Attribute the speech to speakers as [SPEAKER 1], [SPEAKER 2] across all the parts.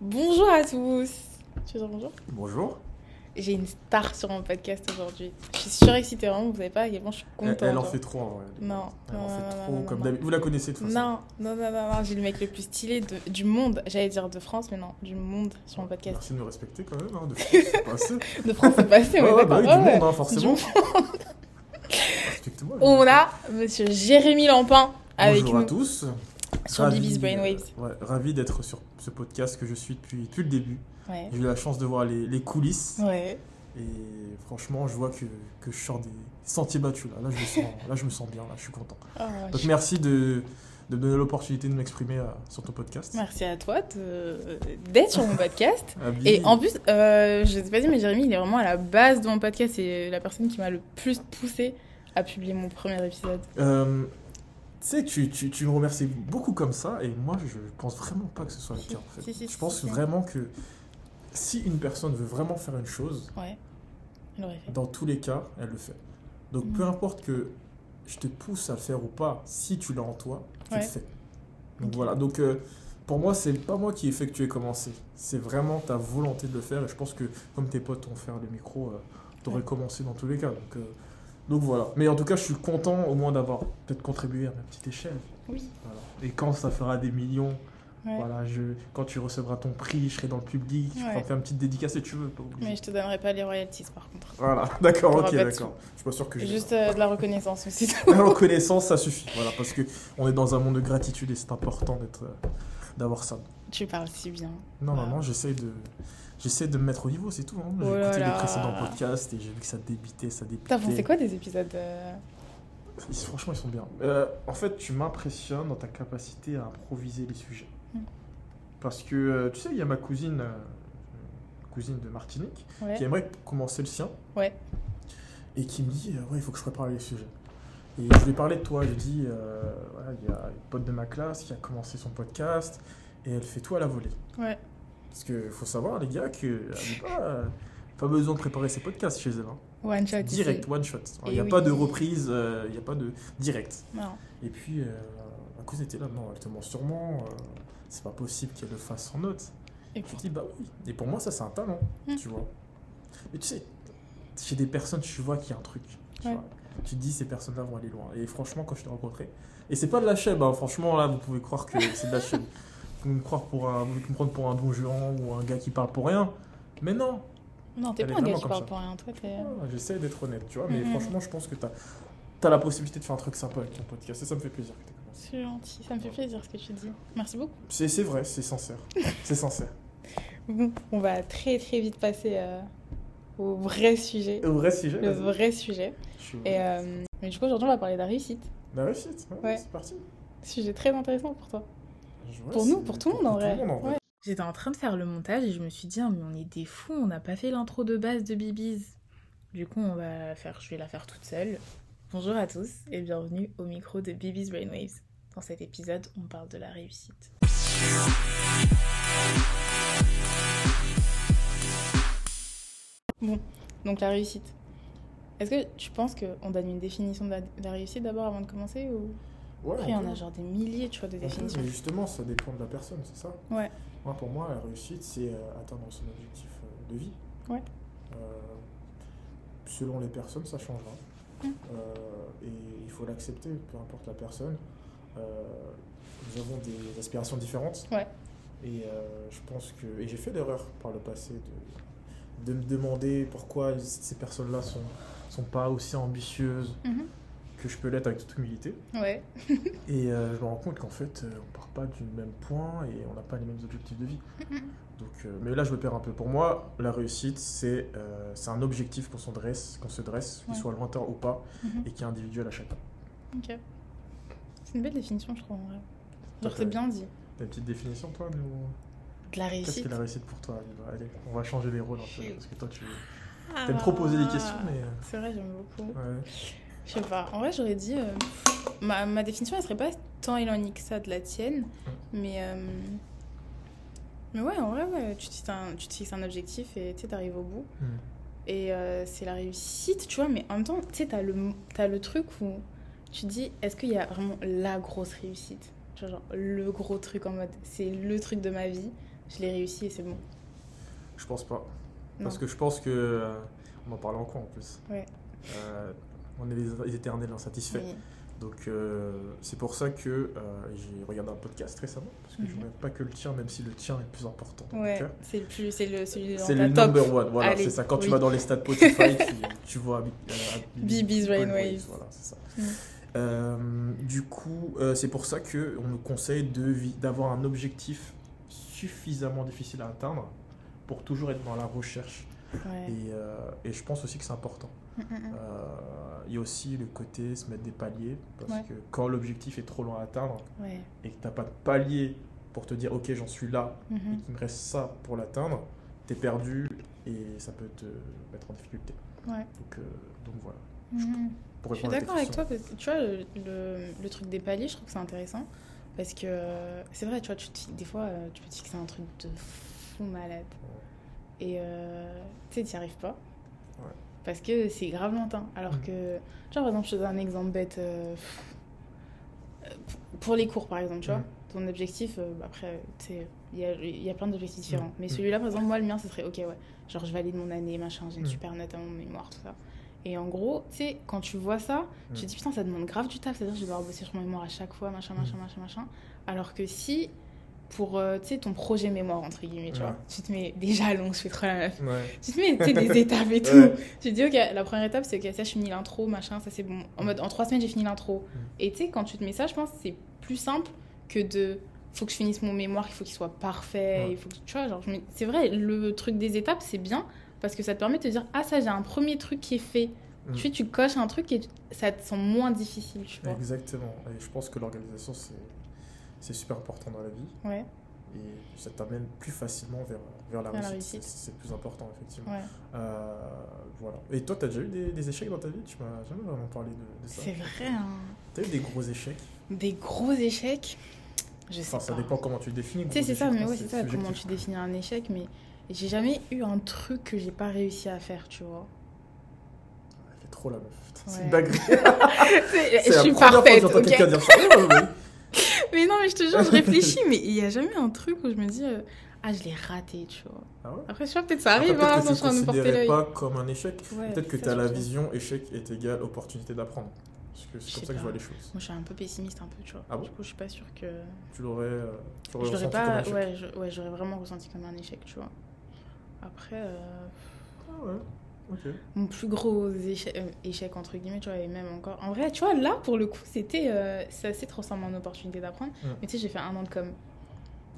[SPEAKER 1] Bonjour à tous. Tu veux dire bonjour
[SPEAKER 2] Bonjour.
[SPEAKER 1] J'ai une star sur mon podcast aujourd'hui. Je suis surexcitée, vraiment, vous savez pas, également je suis
[SPEAKER 2] Elle,
[SPEAKER 1] contente.
[SPEAKER 2] elle en
[SPEAKER 1] hein.
[SPEAKER 2] fait trop en vrai.
[SPEAKER 1] Non,
[SPEAKER 2] Elle en
[SPEAKER 1] non, non,
[SPEAKER 2] fait
[SPEAKER 1] non,
[SPEAKER 2] trop
[SPEAKER 1] non,
[SPEAKER 2] comme
[SPEAKER 1] non.
[SPEAKER 2] d'habitude. Vous la connaissez de toute façon.
[SPEAKER 1] Non, non, non, non, non, j'ai le mec le plus stylé de- du monde. J'allais dire de France, mais non, du monde sur mon podcast.
[SPEAKER 2] Merci de me respecter quand même. Hein, de c'est pas assez.
[SPEAKER 1] De France, c'est passé,
[SPEAKER 2] Ah. ouais,
[SPEAKER 1] ouais,
[SPEAKER 2] ouais, bah
[SPEAKER 1] d'accord.
[SPEAKER 2] oui,
[SPEAKER 1] ouais,
[SPEAKER 2] du
[SPEAKER 1] ouais.
[SPEAKER 2] monde, hein, forcément.
[SPEAKER 1] Du
[SPEAKER 2] Respectez-moi.
[SPEAKER 1] On a monsieur Jérémy Lampin avec
[SPEAKER 2] Bonjour à
[SPEAKER 1] nous
[SPEAKER 2] tous.
[SPEAKER 1] sur
[SPEAKER 2] Ravi,
[SPEAKER 1] Bibi's
[SPEAKER 2] euh,
[SPEAKER 1] Brainwaves.
[SPEAKER 2] ouais, ravi d'être sur ce podcast que je suis depuis, depuis le début.
[SPEAKER 1] Ouais.
[SPEAKER 2] J'ai eu la chance de voir les, les coulisses.
[SPEAKER 1] Ouais.
[SPEAKER 2] Et franchement, je vois que, que je sors des sentiers battus. Là, là, je, me sens, là je me sens bien, là, je suis content.
[SPEAKER 1] Oh, je
[SPEAKER 2] Donc
[SPEAKER 1] suis-
[SPEAKER 2] merci de, de me donner l'opportunité de m'exprimer euh, sur ton podcast.
[SPEAKER 1] Merci à toi de- d'être sur mon podcast.
[SPEAKER 2] Abby,
[SPEAKER 1] Et en plus, euh, je ne sais pas dit, mais Jérémy, il est vraiment à la base de mon podcast. C'est la personne qui m'a le plus poussé à publier mon premier épisode.
[SPEAKER 2] Euh, tu sais, tu, tu, tu me remercies beaucoup comme ça, et moi, je pense vraiment pas que ce soit le
[SPEAKER 1] Si,
[SPEAKER 2] cas. en fait.
[SPEAKER 1] si, si,
[SPEAKER 2] je
[SPEAKER 1] si,
[SPEAKER 2] pense
[SPEAKER 1] si.
[SPEAKER 2] vraiment que si une personne veut vraiment faire une chose,
[SPEAKER 1] Ouais, il l'aurait fait.
[SPEAKER 2] dans tous les cas, elle le fait. Donc,
[SPEAKER 1] Mhm.
[SPEAKER 2] peu importe que je te pousse à le faire ou pas, si tu l'as en toi, tu
[SPEAKER 1] Ouais.
[SPEAKER 2] le fais. Donc
[SPEAKER 1] Ok.
[SPEAKER 2] voilà. Donc, euh, pour moi, c'est pas moi qui ai fait que tu aies commencé. C'est vraiment ta volonté de le faire, et je pense que comme tes potes ont fait le micro, tu aurais
[SPEAKER 1] Ouais.
[SPEAKER 2] commencé dans tous les cas. Donc, euh, donc voilà. Mais en tout cas, je suis content au moins d'avoir peut-être contribué à ma petite échelle.
[SPEAKER 1] Oui.
[SPEAKER 2] Voilà. Et quand ça fera des millions,
[SPEAKER 1] Ouais.
[SPEAKER 2] voilà, je, quand tu recevras ton prix, je serai dans le public, tu pourras
[SPEAKER 1] Ouais.
[SPEAKER 2] me faire une petite dédicace si tu veux, pas obligé.
[SPEAKER 1] Mais je te donnerai pas les royalties par contre.
[SPEAKER 2] Voilà, d'accord,
[SPEAKER 1] T'auras
[SPEAKER 2] ok,
[SPEAKER 1] pas de
[SPEAKER 2] d'accord. Je suis pas sûr que j'ai.
[SPEAKER 1] Juste euh, de la reconnaissance aussi.
[SPEAKER 2] La reconnaissance, ça suffit. Voilà, parce que on est dans un monde de gratitude et c'est important d'être, euh, d'avoir ça.
[SPEAKER 1] tu parles si bien.
[SPEAKER 2] Non,
[SPEAKER 1] Voilà.
[SPEAKER 2] non, non, j'essaie de, j'essaie de me mettre au niveau, c'est tout. hein. J'ai
[SPEAKER 1] Oh là
[SPEAKER 2] écouté les
[SPEAKER 1] là.
[SPEAKER 2] précédents podcasts et j'ai vu que ça débitait, ça débitait.
[SPEAKER 1] T'as pensé quoi des épisodes euh,
[SPEAKER 2] Ils- Franchement, ils sont bien. Euh, en fait, tu m'impressionnes dans ta capacité à improviser les sujets.
[SPEAKER 1] Mm.
[SPEAKER 2] Parce que, euh, tu sais, il y a ma cousine, euh, cousine de Martinique,
[SPEAKER 1] Ouais.
[SPEAKER 2] qui aimerait commencer le sien.
[SPEAKER 1] Ouais.
[SPEAKER 2] Et qui me dit, euh, ouais, il faut que je prépare les sujets. Et je lui ai parlé de toi, je lui ai dit, euh, voilà, il y a une pote de ma classe qui a commencé son podcast, et elle fait tout à la volée.
[SPEAKER 1] Ouais.
[SPEAKER 2] Parce qu'il faut savoir, les gars, que elle n'est pas, euh, pas besoin de préparer ses podcasts chez elle. hein.
[SPEAKER 1] One shot. ici.
[SPEAKER 2] Direct, one shot. Il n'y a
[SPEAKER 1] oui.
[SPEAKER 2] pas de reprise, euh, il n'y a pas de direct.
[SPEAKER 1] Non.
[SPEAKER 2] Et puis, euh, à cause était là, non, elle te ment sûrement, euh, c'est pas possible qu'elle le fasse sans notes.
[SPEAKER 1] Et
[SPEAKER 2] Je dis, bah oui. Et pour moi, ça, c'est un talent,
[SPEAKER 1] Mm.
[SPEAKER 2] tu vois. Mais tu sais, chez des personnes, tu vois qu'il y a un truc. Tu,
[SPEAKER 1] Ouais.
[SPEAKER 2] vois. Tu te dis, ces personnes-là vont aller loin. Et franchement, quand je t'ai rencontré, et c'est pas de la chèvre, hein, franchement, là, vous pouvez croire que c'est de la chèvre. Vous pouvez me croire pour un, vous pouvez me prendre pour un bon juron ou un gars qui parle pour rien. Mais non,
[SPEAKER 1] Non, t'es
[SPEAKER 2] Elle
[SPEAKER 1] pas
[SPEAKER 2] est
[SPEAKER 1] un gars
[SPEAKER 2] vraiment
[SPEAKER 1] qui
[SPEAKER 2] comme
[SPEAKER 1] parle
[SPEAKER 2] ça.
[SPEAKER 1] pour rien. Toi, t'es. euh,
[SPEAKER 2] Ah, J'essaie d'être honnête, tu vois, mais
[SPEAKER 1] Mhm.
[SPEAKER 2] franchement, je pense que t'as as la possibilité de faire un truc sympa avec ton podcast, et ça me fait plaisir que t'aies commencé.
[SPEAKER 1] C'est gentil. Ça me fait plaisir ce que tu dis. Merci beaucoup.
[SPEAKER 2] C'est c'est vrai, c'est sincère. C'est sincère.
[SPEAKER 1] Bon, on va très très vite passer euh, au vrai sujet.
[SPEAKER 2] Au vrai sujet,
[SPEAKER 1] Le
[SPEAKER 2] vas-y.
[SPEAKER 1] vrai sujet.
[SPEAKER 2] Je suis-
[SPEAKER 1] Et euh, mais du coup, aujourd'hui, on va parler de la réussite.
[SPEAKER 2] La réussite, ouais,
[SPEAKER 1] Ouais.
[SPEAKER 2] c'est parti.
[SPEAKER 1] Sujet très intéressant pour toi.
[SPEAKER 2] Je- ouais,
[SPEAKER 1] pour nous,
[SPEAKER 2] c'est-
[SPEAKER 1] pour tout le monde en vrai.
[SPEAKER 2] tout le monde, en vrai.
[SPEAKER 1] Ouais. J'étais en train de faire le montage et je me suis dit, Ah, mais on est des fous, on n'a pas fait l'intro de base de Bibiz. Du coup, on va la faire, je vais la faire toute seule. Bonjour à tous et bienvenue au micro de Bibi's Brainwaves. Dans cet épisode, on parle de la réussite. Bon, donc la réussite. Est-ce que tu penses qu'on donne une définition de la, de la réussite d'abord avant de commencer ou...
[SPEAKER 2] Ouais,
[SPEAKER 1] Après, on
[SPEAKER 2] peut.
[SPEAKER 1] a genre des milliers tu vois, de
[SPEAKER 2] On peut,
[SPEAKER 1] définitions.
[SPEAKER 2] Ah, mais justement, ça dépend de la personne, c'est ça
[SPEAKER 1] Ouais.
[SPEAKER 2] Moi, pour moi, la réussite, c'est euh, atteindre son objectif euh, de vie.
[SPEAKER 1] Ouais.
[SPEAKER 2] Euh, selon les personnes, ça changera.
[SPEAKER 1] Mm.
[SPEAKER 2] Euh, et il faut l'accepter, peu importe la personne. Euh, nous avons des aspirations différentes.
[SPEAKER 1] Ouais.
[SPEAKER 2] Et euh, je pense que. Et j'ai fait l'erreur par le passé de, de me demander pourquoi ces personnes-là sont, sont pas aussi ambitieuses
[SPEAKER 1] Mhm.
[SPEAKER 2] que je peux l'être avec toute humilité.
[SPEAKER 1] Ouais.
[SPEAKER 2] Et euh, je me rends compte qu'en fait, euh, on part pas du même point et on n'a pas les mêmes objectifs de vie. Donc, euh, mais là, je me perds un peu. Pour moi, la réussite, c'est euh, c'est un objectif qu'on se dresse, qu'on se dresse, qu'il
[SPEAKER 1] Ouais.
[SPEAKER 2] soit lointain ou pas,
[SPEAKER 1] Mhm.
[SPEAKER 2] et qui est individuel à chacun.
[SPEAKER 1] Ok. C'est une belle définition, je trouve, en vrai.
[SPEAKER 2] Toi,
[SPEAKER 1] Genre, c'est
[SPEAKER 2] t'as-
[SPEAKER 1] bien dit.
[SPEAKER 2] T'as une petite définition, toi nous...
[SPEAKER 1] De la
[SPEAKER 2] Qu'est-ce
[SPEAKER 1] réussite.
[SPEAKER 2] que la réussite pour toi Alibra Allez, on va changer les rôles un peu,
[SPEAKER 1] Shit.
[SPEAKER 2] parce que toi, tu
[SPEAKER 1] Ah.
[SPEAKER 2] aimes proposer des questions, mais...
[SPEAKER 1] C'est vrai, j'aime beaucoup.
[SPEAKER 2] euh, ouais.
[SPEAKER 1] Je sais pas. En vrai, j'aurais dit. euh, Ma, ma définition, elle serait pas tant éloignée que ça de la tienne. Mais. euh, Mais ouais, en vrai, ouais. Tu te fixes un, tu te fixes un objectif et tu sais, t'arrives au bout.
[SPEAKER 2] Mhm.
[SPEAKER 1] Et euh, c'est la réussite, tu vois. Mais en même temps, tu sais, t'as le, t'as le truc où tu te dis est-ce qu'il y a vraiment la grosse réussite Tu vois, genre le gros truc en mode c'est le truc de ma vie, Je l'ai réussi et c'est bon.
[SPEAKER 2] Je pense pas. Parce
[SPEAKER 1] Non.
[SPEAKER 2] que je pense que. euh, on en parlait encore en plus.
[SPEAKER 1] Ouais.
[SPEAKER 2] Euh, on est les, les éternels insatisfaits.
[SPEAKER 1] Oui.
[SPEAKER 2] Donc euh, c'est pour ça que euh, j'ai regardé un podcast récemment, parce que
[SPEAKER 1] Mhm.
[SPEAKER 2] je regarde pas que le tien, même si le tien est le plus important. dans mon
[SPEAKER 1] Ouais,
[SPEAKER 2] cœur.
[SPEAKER 1] c'est le plus, c'est le celui dans
[SPEAKER 2] C'est
[SPEAKER 1] ta
[SPEAKER 2] le
[SPEAKER 1] top.
[SPEAKER 2] number one, voilà,
[SPEAKER 1] Allez,
[SPEAKER 2] c'est ça. Quand tu
[SPEAKER 1] oui.
[SPEAKER 2] vas dans les stats Spotify, tu, tu vois Abi- euh, Abi-
[SPEAKER 1] Bibi's
[SPEAKER 2] Brainwaves,
[SPEAKER 1] Brainwaves.
[SPEAKER 2] Voilà, c'est ça.
[SPEAKER 1] Mm.
[SPEAKER 2] Euh, du coup, euh, c'est pour ça que on nous conseille de vi- d'avoir un objectif suffisamment difficile à atteindre pour toujours être dans la recherche.
[SPEAKER 1] Ouais.
[SPEAKER 2] Et, euh, et je pense aussi que c'est important.
[SPEAKER 1] Mm, mm, mm.
[SPEAKER 2] Euh, Il y a aussi le côté se mettre des paliers, parce
[SPEAKER 1] Ouais.
[SPEAKER 2] que quand l'objectif est trop loin à atteindre
[SPEAKER 1] Ouais.
[SPEAKER 2] et que tu n'as pas de palier pour te dire ok j'en suis là et
[SPEAKER 1] Mhm.
[SPEAKER 2] qu'il me reste ça pour l'atteindre, t'es perdu et ça peut te mettre en difficulté.
[SPEAKER 1] Ouais.
[SPEAKER 2] Donc, euh, donc voilà.
[SPEAKER 1] Mhm.
[SPEAKER 2] Pour
[SPEAKER 1] Je suis
[SPEAKER 2] répondre à ta
[SPEAKER 1] d'accord avec
[SPEAKER 2] question.
[SPEAKER 1] toi parce que tu vois, le, le- le truc des paliers, je trouve que c'est intéressant parce que euh, c'est vrai, tu vois, tu te- des fois, euh, tu peux te fixer un truc de fou malade et euh, tu sais, t'y arrives pas
[SPEAKER 2] Ouais.
[SPEAKER 1] parce que c'est grave lointain. Alors
[SPEAKER 2] Mhm.
[SPEAKER 1] que, tu vois, par exemple, je te donne un exemple bête euh, pff, euh, p- pour les cours, par exemple, tu vois,
[SPEAKER 2] Mhm.
[SPEAKER 1] ton objectif, euh, bah, après, tu sais, il y a, il y a plein d'objectifs différents,
[SPEAKER 2] Mhm.
[SPEAKER 1] mais
[SPEAKER 2] Mhm.
[SPEAKER 1] celui-là, par exemple, moi, le mien, ce serait ok, ouais, genre, je valide mon année, machin, j'ai une
[SPEAKER 2] Mhm.
[SPEAKER 1] super note à mon mémoire, tout ça. Et en gros, tu sais, quand tu vois ça, tu te
[SPEAKER 2] Mm.
[SPEAKER 1] dis putain, ça demande grave du taf, c'est-à-dire que je vais devoir bosser sur mon mémoire à chaque fois, machin, machin,
[SPEAKER 2] Mm.
[SPEAKER 1] machin, machin. Alors que si, pour euh, tu sais, ton projet mémoire, entre guillemets, tu vois,
[SPEAKER 2] Ouais.
[SPEAKER 1] tu te mets déjà long, je fais trop la meuf.
[SPEAKER 2] Ouais.
[SPEAKER 1] Tu te mets tu sais, des étapes et tout.
[SPEAKER 2] Ouais.
[SPEAKER 1] Tu te dis, ok, la première étape, c'est ok, ça, je finis l'intro, machin, ça c'est bon. En mode, en trois semaines, j'ai fini l'intro.
[SPEAKER 2] Mm.
[SPEAKER 1] Et tu sais, quand tu te mets ça, je pense que c'est plus simple que de faut que je finisse mon mémoire, il faut qu'il soit parfait,
[SPEAKER 2] Ouais.
[SPEAKER 1] il faut que, tu vois, genre, je me- c'est vrai, le truc des étapes, c'est bien parce que ça te permet de te dire, ah, ça, j'ai un premier truc qui est fait.
[SPEAKER 2] Mm.
[SPEAKER 1] Tu sais, tu coches un truc et tu- ça te semble moins difficile, tu vois.
[SPEAKER 2] Exactement. Et je pense que l'organisation, c'est c'est super important dans la vie
[SPEAKER 1] Ouais,
[SPEAKER 2] et ça t'amène plus facilement vers, vers la
[SPEAKER 1] Vers la
[SPEAKER 2] réussite.
[SPEAKER 1] réussite.
[SPEAKER 2] C'est- C'est plus important, effectivement.
[SPEAKER 1] ouais.
[SPEAKER 2] Euh, voilà. Et toi, t'as déjà eu des, des échecs dans ta vie Tu m'as jamais vraiment parlé de, de ça.
[SPEAKER 1] C'est vrai, hein.
[SPEAKER 2] T'as eu des gros échecs
[SPEAKER 1] Des gros échecs, je sais
[SPEAKER 2] Enfin, ça
[SPEAKER 1] pas.
[SPEAKER 2] dépend comment tu le définis.
[SPEAKER 1] Tu sais,
[SPEAKER 2] gros
[SPEAKER 1] c'est ça,
[SPEAKER 2] échec,
[SPEAKER 1] mais
[SPEAKER 2] hein,
[SPEAKER 1] ouais, c'est ça, comment
[SPEAKER 2] subjectif.
[SPEAKER 1] tu définis un échec, mais j'ai jamais eu un truc que j'ai pas réussi à faire, tu vois.
[SPEAKER 2] Elle fait Ah, trop la meuf. Putain, C'est
[SPEAKER 1] Ouais.
[SPEAKER 2] une dinguerie.
[SPEAKER 1] je
[SPEAKER 2] C'est la
[SPEAKER 1] suis
[SPEAKER 2] première fois que
[SPEAKER 1] parfaite,
[SPEAKER 2] j'entends
[SPEAKER 1] ok
[SPEAKER 2] quelqu'un dire ça. Ouais, ouais, ouais.
[SPEAKER 1] Mais non, mais je te jure, je réfléchis, mais il y a jamais un truc où je me dis, euh, ah, je l'ai raté, tu vois.
[SPEAKER 2] Ah ouais
[SPEAKER 1] Après, je sais pas, peut-être ça
[SPEAKER 2] Après,
[SPEAKER 1] arrive, hein, quand
[SPEAKER 2] peut-être
[SPEAKER 1] je
[SPEAKER 2] que tu
[SPEAKER 1] suis en train de
[SPEAKER 2] ne
[SPEAKER 1] me porter
[SPEAKER 2] considérais
[SPEAKER 1] l'œil.
[SPEAKER 2] pas comme un échec.
[SPEAKER 1] Ouais,
[SPEAKER 2] Peut-être que
[SPEAKER 1] ça,
[SPEAKER 2] tu as
[SPEAKER 1] je
[SPEAKER 2] la
[SPEAKER 1] pense.
[SPEAKER 2] vision échec est égal opportunité d'apprendre. Parce que
[SPEAKER 1] Je
[SPEAKER 2] c'est comme
[SPEAKER 1] sais
[SPEAKER 2] ça que je vois
[SPEAKER 1] pas.
[SPEAKER 2] les choses.
[SPEAKER 1] Moi, je suis un peu pessimiste, un peu, tu vois.
[SPEAKER 2] Ah bon
[SPEAKER 1] du coup, je suis pas sûre que.
[SPEAKER 2] Tu l'aurais euh, tu l'aurais
[SPEAKER 1] Je l'aurais
[SPEAKER 2] ressenti comme un
[SPEAKER 1] pas.
[SPEAKER 2] échec.
[SPEAKER 1] Ouais, je- ouais, j'aurais vraiment ressenti comme un échec, tu vois. Après. euh,
[SPEAKER 2] Ah ouais. Ok.
[SPEAKER 1] mon plus gros éche- euh, échec entre guillemets tu vois et même encore en vrai tu vois là pour le coup c'était euh, ça s'est transformé en opportunité d'apprendre
[SPEAKER 2] Mm.
[SPEAKER 1] mais tu sais j'ai fait un an de com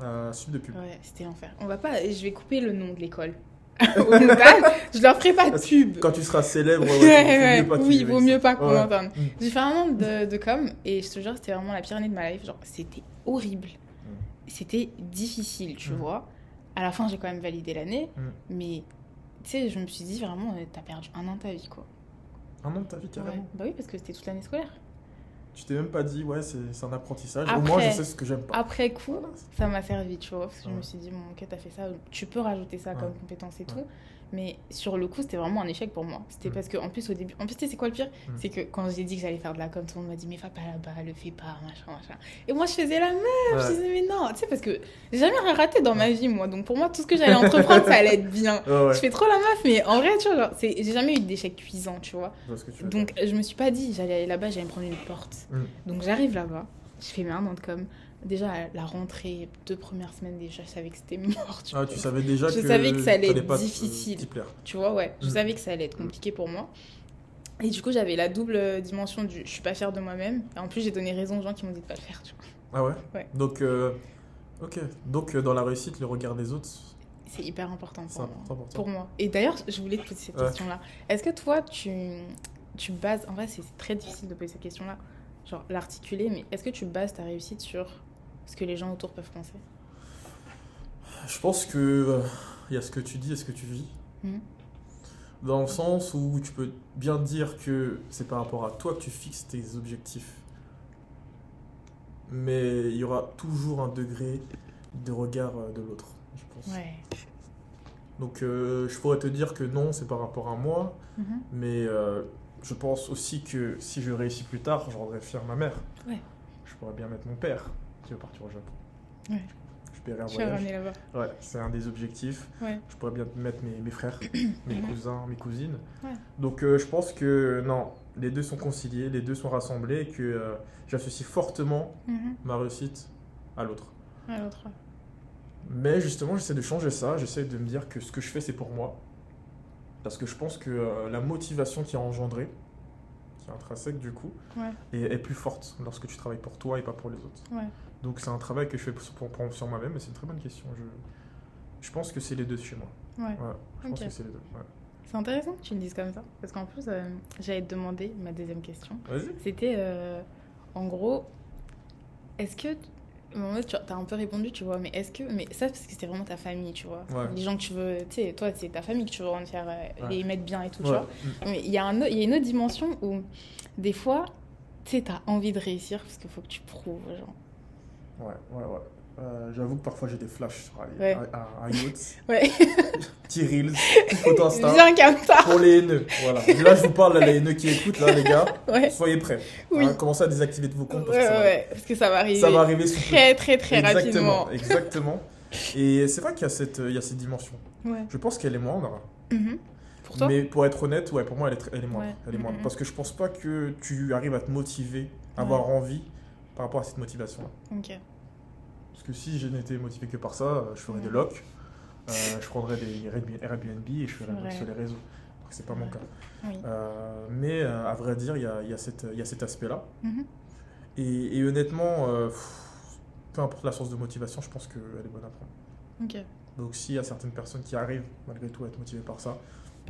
[SPEAKER 1] Bah,
[SPEAKER 2] Euh, sub de pub.
[SPEAKER 1] ouais c'était l'enfer on va pas je vais couper le nom de l'école au montage je leur ferai pas de
[SPEAKER 2] Parce
[SPEAKER 1] pub
[SPEAKER 2] Quand tu seras célèbre, ouais,
[SPEAKER 1] Ouais, ouais,
[SPEAKER 2] tu- vaut mieux pas, tu-
[SPEAKER 1] oui vaut mieux pas qu'on
[SPEAKER 2] Ouais.
[SPEAKER 1] l'entende
[SPEAKER 2] Mm.
[SPEAKER 1] j'ai fait un an de, de com et je te jure c'était vraiment la pire année de ma life genre c'était horrible c'était difficile tu
[SPEAKER 2] Mm.
[SPEAKER 1] vois à la fin j'ai quand même validé l'année
[SPEAKER 2] Mm.
[SPEAKER 1] mais tu sais je me suis dit vraiment euh, t'as perdu un an de ta vie quoi
[SPEAKER 2] Un an de ta vie carrément.
[SPEAKER 1] Ouais. Bah oui, parce que c'était toute l'année scolaire.
[SPEAKER 2] Tu t'es même pas dit, ouais, c'est c'est un apprentissage. Au
[SPEAKER 1] Après-
[SPEAKER 2] moins, je sais ce que j'aime pas.
[SPEAKER 1] Après coup, ça m'a servi, tu vois, parce que je me
[SPEAKER 2] Ouais.
[SPEAKER 1] suis dit, bon, ok, t'as fait ça, tu peux rajouter ça comme
[SPEAKER 2] Ouais.
[SPEAKER 1] compétence et
[SPEAKER 2] Ouais.
[SPEAKER 1] tout. Mais sur le coup, c'était vraiment un échec pour moi. C'était
[SPEAKER 2] Mm.
[SPEAKER 1] parce que, en plus, au début, en plus, tu sais, c'est quoi le pire
[SPEAKER 2] Mm.
[SPEAKER 1] C'est que quand j'ai dit que j'allais faire de la com, tout le monde m'a dit, mais va pas là-bas, le fais pas, machin, machin. Et moi, je faisais la même, je
[SPEAKER 2] Ouais.
[SPEAKER 1] disais, mais non, tu sais, parce que j'ai jamais rien raté dans ma vie, moi. Donc pour moi, tout ce que j'allais entreprendre, ça allait être bien.
[SPEAKER 2] Ouais, ouais.
[SPEAKER 1] Je fais trop la meuf, mais en vrai, tu vois, genre, c'est- j'ai jamais eu d'échec cuisant, tu vois.
[SPEAKER 2] Je vois ce que tu veux dire.
[SPEAKER 1] Donc je me suis pas dit, j'allais aller là-bas, j'allais me prendre une porte.
[SPEAKER 2] Mm.
[SPEAKER 1] Donc j'arrive là-bas, je fais mes un an de com. Déjà, à la rentrée, deux premières semaines déjà, je savais que c'était mort. Tu,
[SPEAKER 2] Ah,
[SPEAKER 1] vois.
[SPEAKER 2] tu savais déjà
[SPEAKER 1] Je
[SPEAKER 2] que
[SPEAKER 1] savais que ça allait
[SPEAKER 2] t'allais
[SPEAKER 1] être
[SPEAKER 2] pas te- euh,
[SPEAKER 1] difficile.
[SPEAKER 2] t'y plaire.
[SPEAKER 1] Tu vois, ouais, je
[SPEAKER 2] Mm.
[SPEAKER 1] savais que ça allait être compliqué pour moi. Et du coup, j'avais la double euh, dimension du je suis pas fière de moi-même. Et en plus, j'ai donné raison aux gens qui m'ont dit de pas le faire. Tu vois.
[SPEAKER 2] Ah ouais.
[SPEAKER 1] Ouais.
[SPEAKER 2] Donc, euh, ok. Donc, euh, dans la réussite, le regard des autres,
[SPEAKER 1] C'est hyper important
[SPEAKER 2] c'est
[SPEAKER 1] pour moi.
[SPEAKER 2] important pour toi.
[SPEAKER 1] Pour moi. Et d'ailleurs, je voulais te poser cette
[SPEAKER 2] Ouais.
[SPEAKER 1] question-là. Est-ce que toi, tu, tu bases. En vrai, c'est très difficile de poser cette question-là, genre l'articuler, mais est-ce que tu bases ta réussite sur ce que les gens autour peuvent penser
[SPEAKER 2] Je pense que euh, il y a ce que tu dis et ce que tu vis.
[SPEAKER 1] Mhm.
[SPEAKER 2] Dans le sens où tu peux bien dire que c'est par rapport à toi que tu fixes tes objectifs. Mais il y aura toujours un degré de regard euh, de l'autre, je pense.
[SPEAKER 1] Ouais.
[SPEAKER 2] Donc euh, je pourrais te dire que non, c'est par rapport à moi,
[SPEAKER 1] Mhm.
[SPEAKER 2] mais euh, je pense aussi que si je réussis plus tard, je rendrai fier ma mère.
[SPEAKER 1] Ouais.
[SPEAKER 2] Je pourrais bien mettre mon père qui veut partir au Japon.
[SPEAKER 1] Ouais.
[SPEAKER 2] Je récupérer un
[SPEAKER 1] Tu vas
[SPEAKER 2] voyage.
[SPEAKER 1] ramener là-bas.
[SPEAKER 2] Ouais, c'est un des objectifs.
[SPEAKER 1] Ouais.
[SPEAKER 2] Je pourrais bien mettre mes, mes frères, mes cousins, mes cousines.
[SPEAKER 1] Ouais.
[SPEAKER 2] Donc euh, je pense que non, les deux sont conciliés, les deux sont rassemblés et que euh, j'associe fortement
[SPEAKER 1] Mhm.
[SPEAKER 2] ma réussite à l'autre.
[SPEAKER 1] À l'autre. ouais.
[SPEAKER 2] Mais justement, j'essaie de changer ça, j'essaie de me dire que ce que je fais, c'est pour moi. Parce que je pense que euh, la motivation qui est engendrée, qui est intrinsèque du coup,
[SPEAKER 1] Ouais.
[SPEAKER 2] est, est plus forte lorsque tu travailles pour toi et pas pour les autres.
[SPEAKER 1] Ouais.
[SPEAKER 2] Donc c'est un travail que je fais pour, pour- pour- sur moi-même, mais c'est une très bonne question. Je, je pense que c'est les deux chez moi.
[SPEAKER 1] Ouais.
[SPEAKER 2] Je pense
[SPEAKER 1] Ok.
[SPEAKER 2] que c'est les deux. ouais.
[SPEAKER 1] C'est intéressant que tu le dises comme ça. Parce qu'en plus, euh, j'allais te demander ma deuxième question.
[SPEAKER 2] Vas-y.
[SPEAKER 1] C'était euh, en gros, est-ce que. En fait, tu as un peu répondu, tu vois, mais est-ce que. Mais ça, parce que c'était vraiment ta famille, tu vois.
[SPEAKER 2] Ouais.
[SPEAKER 1] Les gens que tu veux. Tu sais, toi, c'est ta famille que tu veux rendre faire. euh,
[SPEAKER 2] Ouais.
[SPEAKER 1] Les mettre bien et tout, tu
[SPEAKER 2] Ouais.
[SPEAKER 1] vois. Mais il y, a un au- il y a une autre dimension où, des fois, tu sais, t'as envie de réussir parce qu'il faut que tu prouves aux gens.
[SPEAKER 2] Mm. Ouais, ouais, ouais. Euh, J'avoue que parfois j'ai des flashs sur un,
[SPEAKER 1] Ouais.
[SPEAKER 2] un- un- un yacht,
[SPEAKER 1] Ouais,
[SPEAKER 2] petit reels, petit photo Insta,
[SPEAKER 1] bien comme ça.
[SPEAKER 2] pour les haineux. Voilà. Là, je vous parle, là, les haineux qui écoutent, là, les gars.
[SPEAKER 1] Ouais,
[SPEAKER 2] Soyez prêts.
[SPEAKER 1] Oui.
[SPEAKER 2] Hein, commencez à désactiver de vos
[SPEAKER 1] ouais,
[SPEAKER 2] comptes parce que ça, va-
[SPEAKER 1] ouais, parce que ça va arriver.
[SPEAKER 2] ça va arriver sous peu.
[SPEAKER 1] Très, très, très
[SPEAKER 2] exactement,
[SPEAKER 1] rapidement.
[SPEAKER 2] exactement. Et c'est vrai qu'il y a cette, il y a cette dimension.
[SPEAKER 1] Ouais.
[SPEAKER 2] Je pense qu'elle est moindre.
[SPEAKER 1] Mhm. Pour toi
[SPEAKER 2] Mais pour être honnête, ouais, pour moi, elle est, tr- elle est moindre.
[SPEAKER 1] Ouais.
[SPEAKER 2] Elle est moindre.
[SPEAKER 1] Mhm.
[SPEAKER 2] Parce que je pense pas que tu arrives à te motiver, à avoir envie par rapport à cette motivation-là.
[SPEAKER 1] Ok.
[SPEAKER 2] Parce que si je n'étais motivé que par ça, euh, je ferais
[SPEAKER 1] Ouais.
[SPEAKER 2] des locks, euh, je prendrais des Airbnb- Airbnb et je ferais
[SPEAKER 1] C'est
[SPEAKER 2] un truc
[SPEAKER 1] vrai.
[SPEAKER 2] sur les réseaux. Alors que C'est pas mon
[SPEAKER 1] Ouais.
[SPEAKER 2] cas.
[SPEAKER 1] Oui.
[SPEAKER 2] Euh, mais euh, à vrai dire, il y a, il y a cette- il y a cet aspect-là.
[SPEAKER 1] Mhm.
[SPEAKER 2] et, et honnêtement, euh, pff, peu importe la source de motivation, je pense qu'elle est bonne à prendre.
[SPEAKER 1] Ok.
[SPEAKER 2] Donc s'il y a certaines personnes qui arrivent malgré tout à être motivées par ça,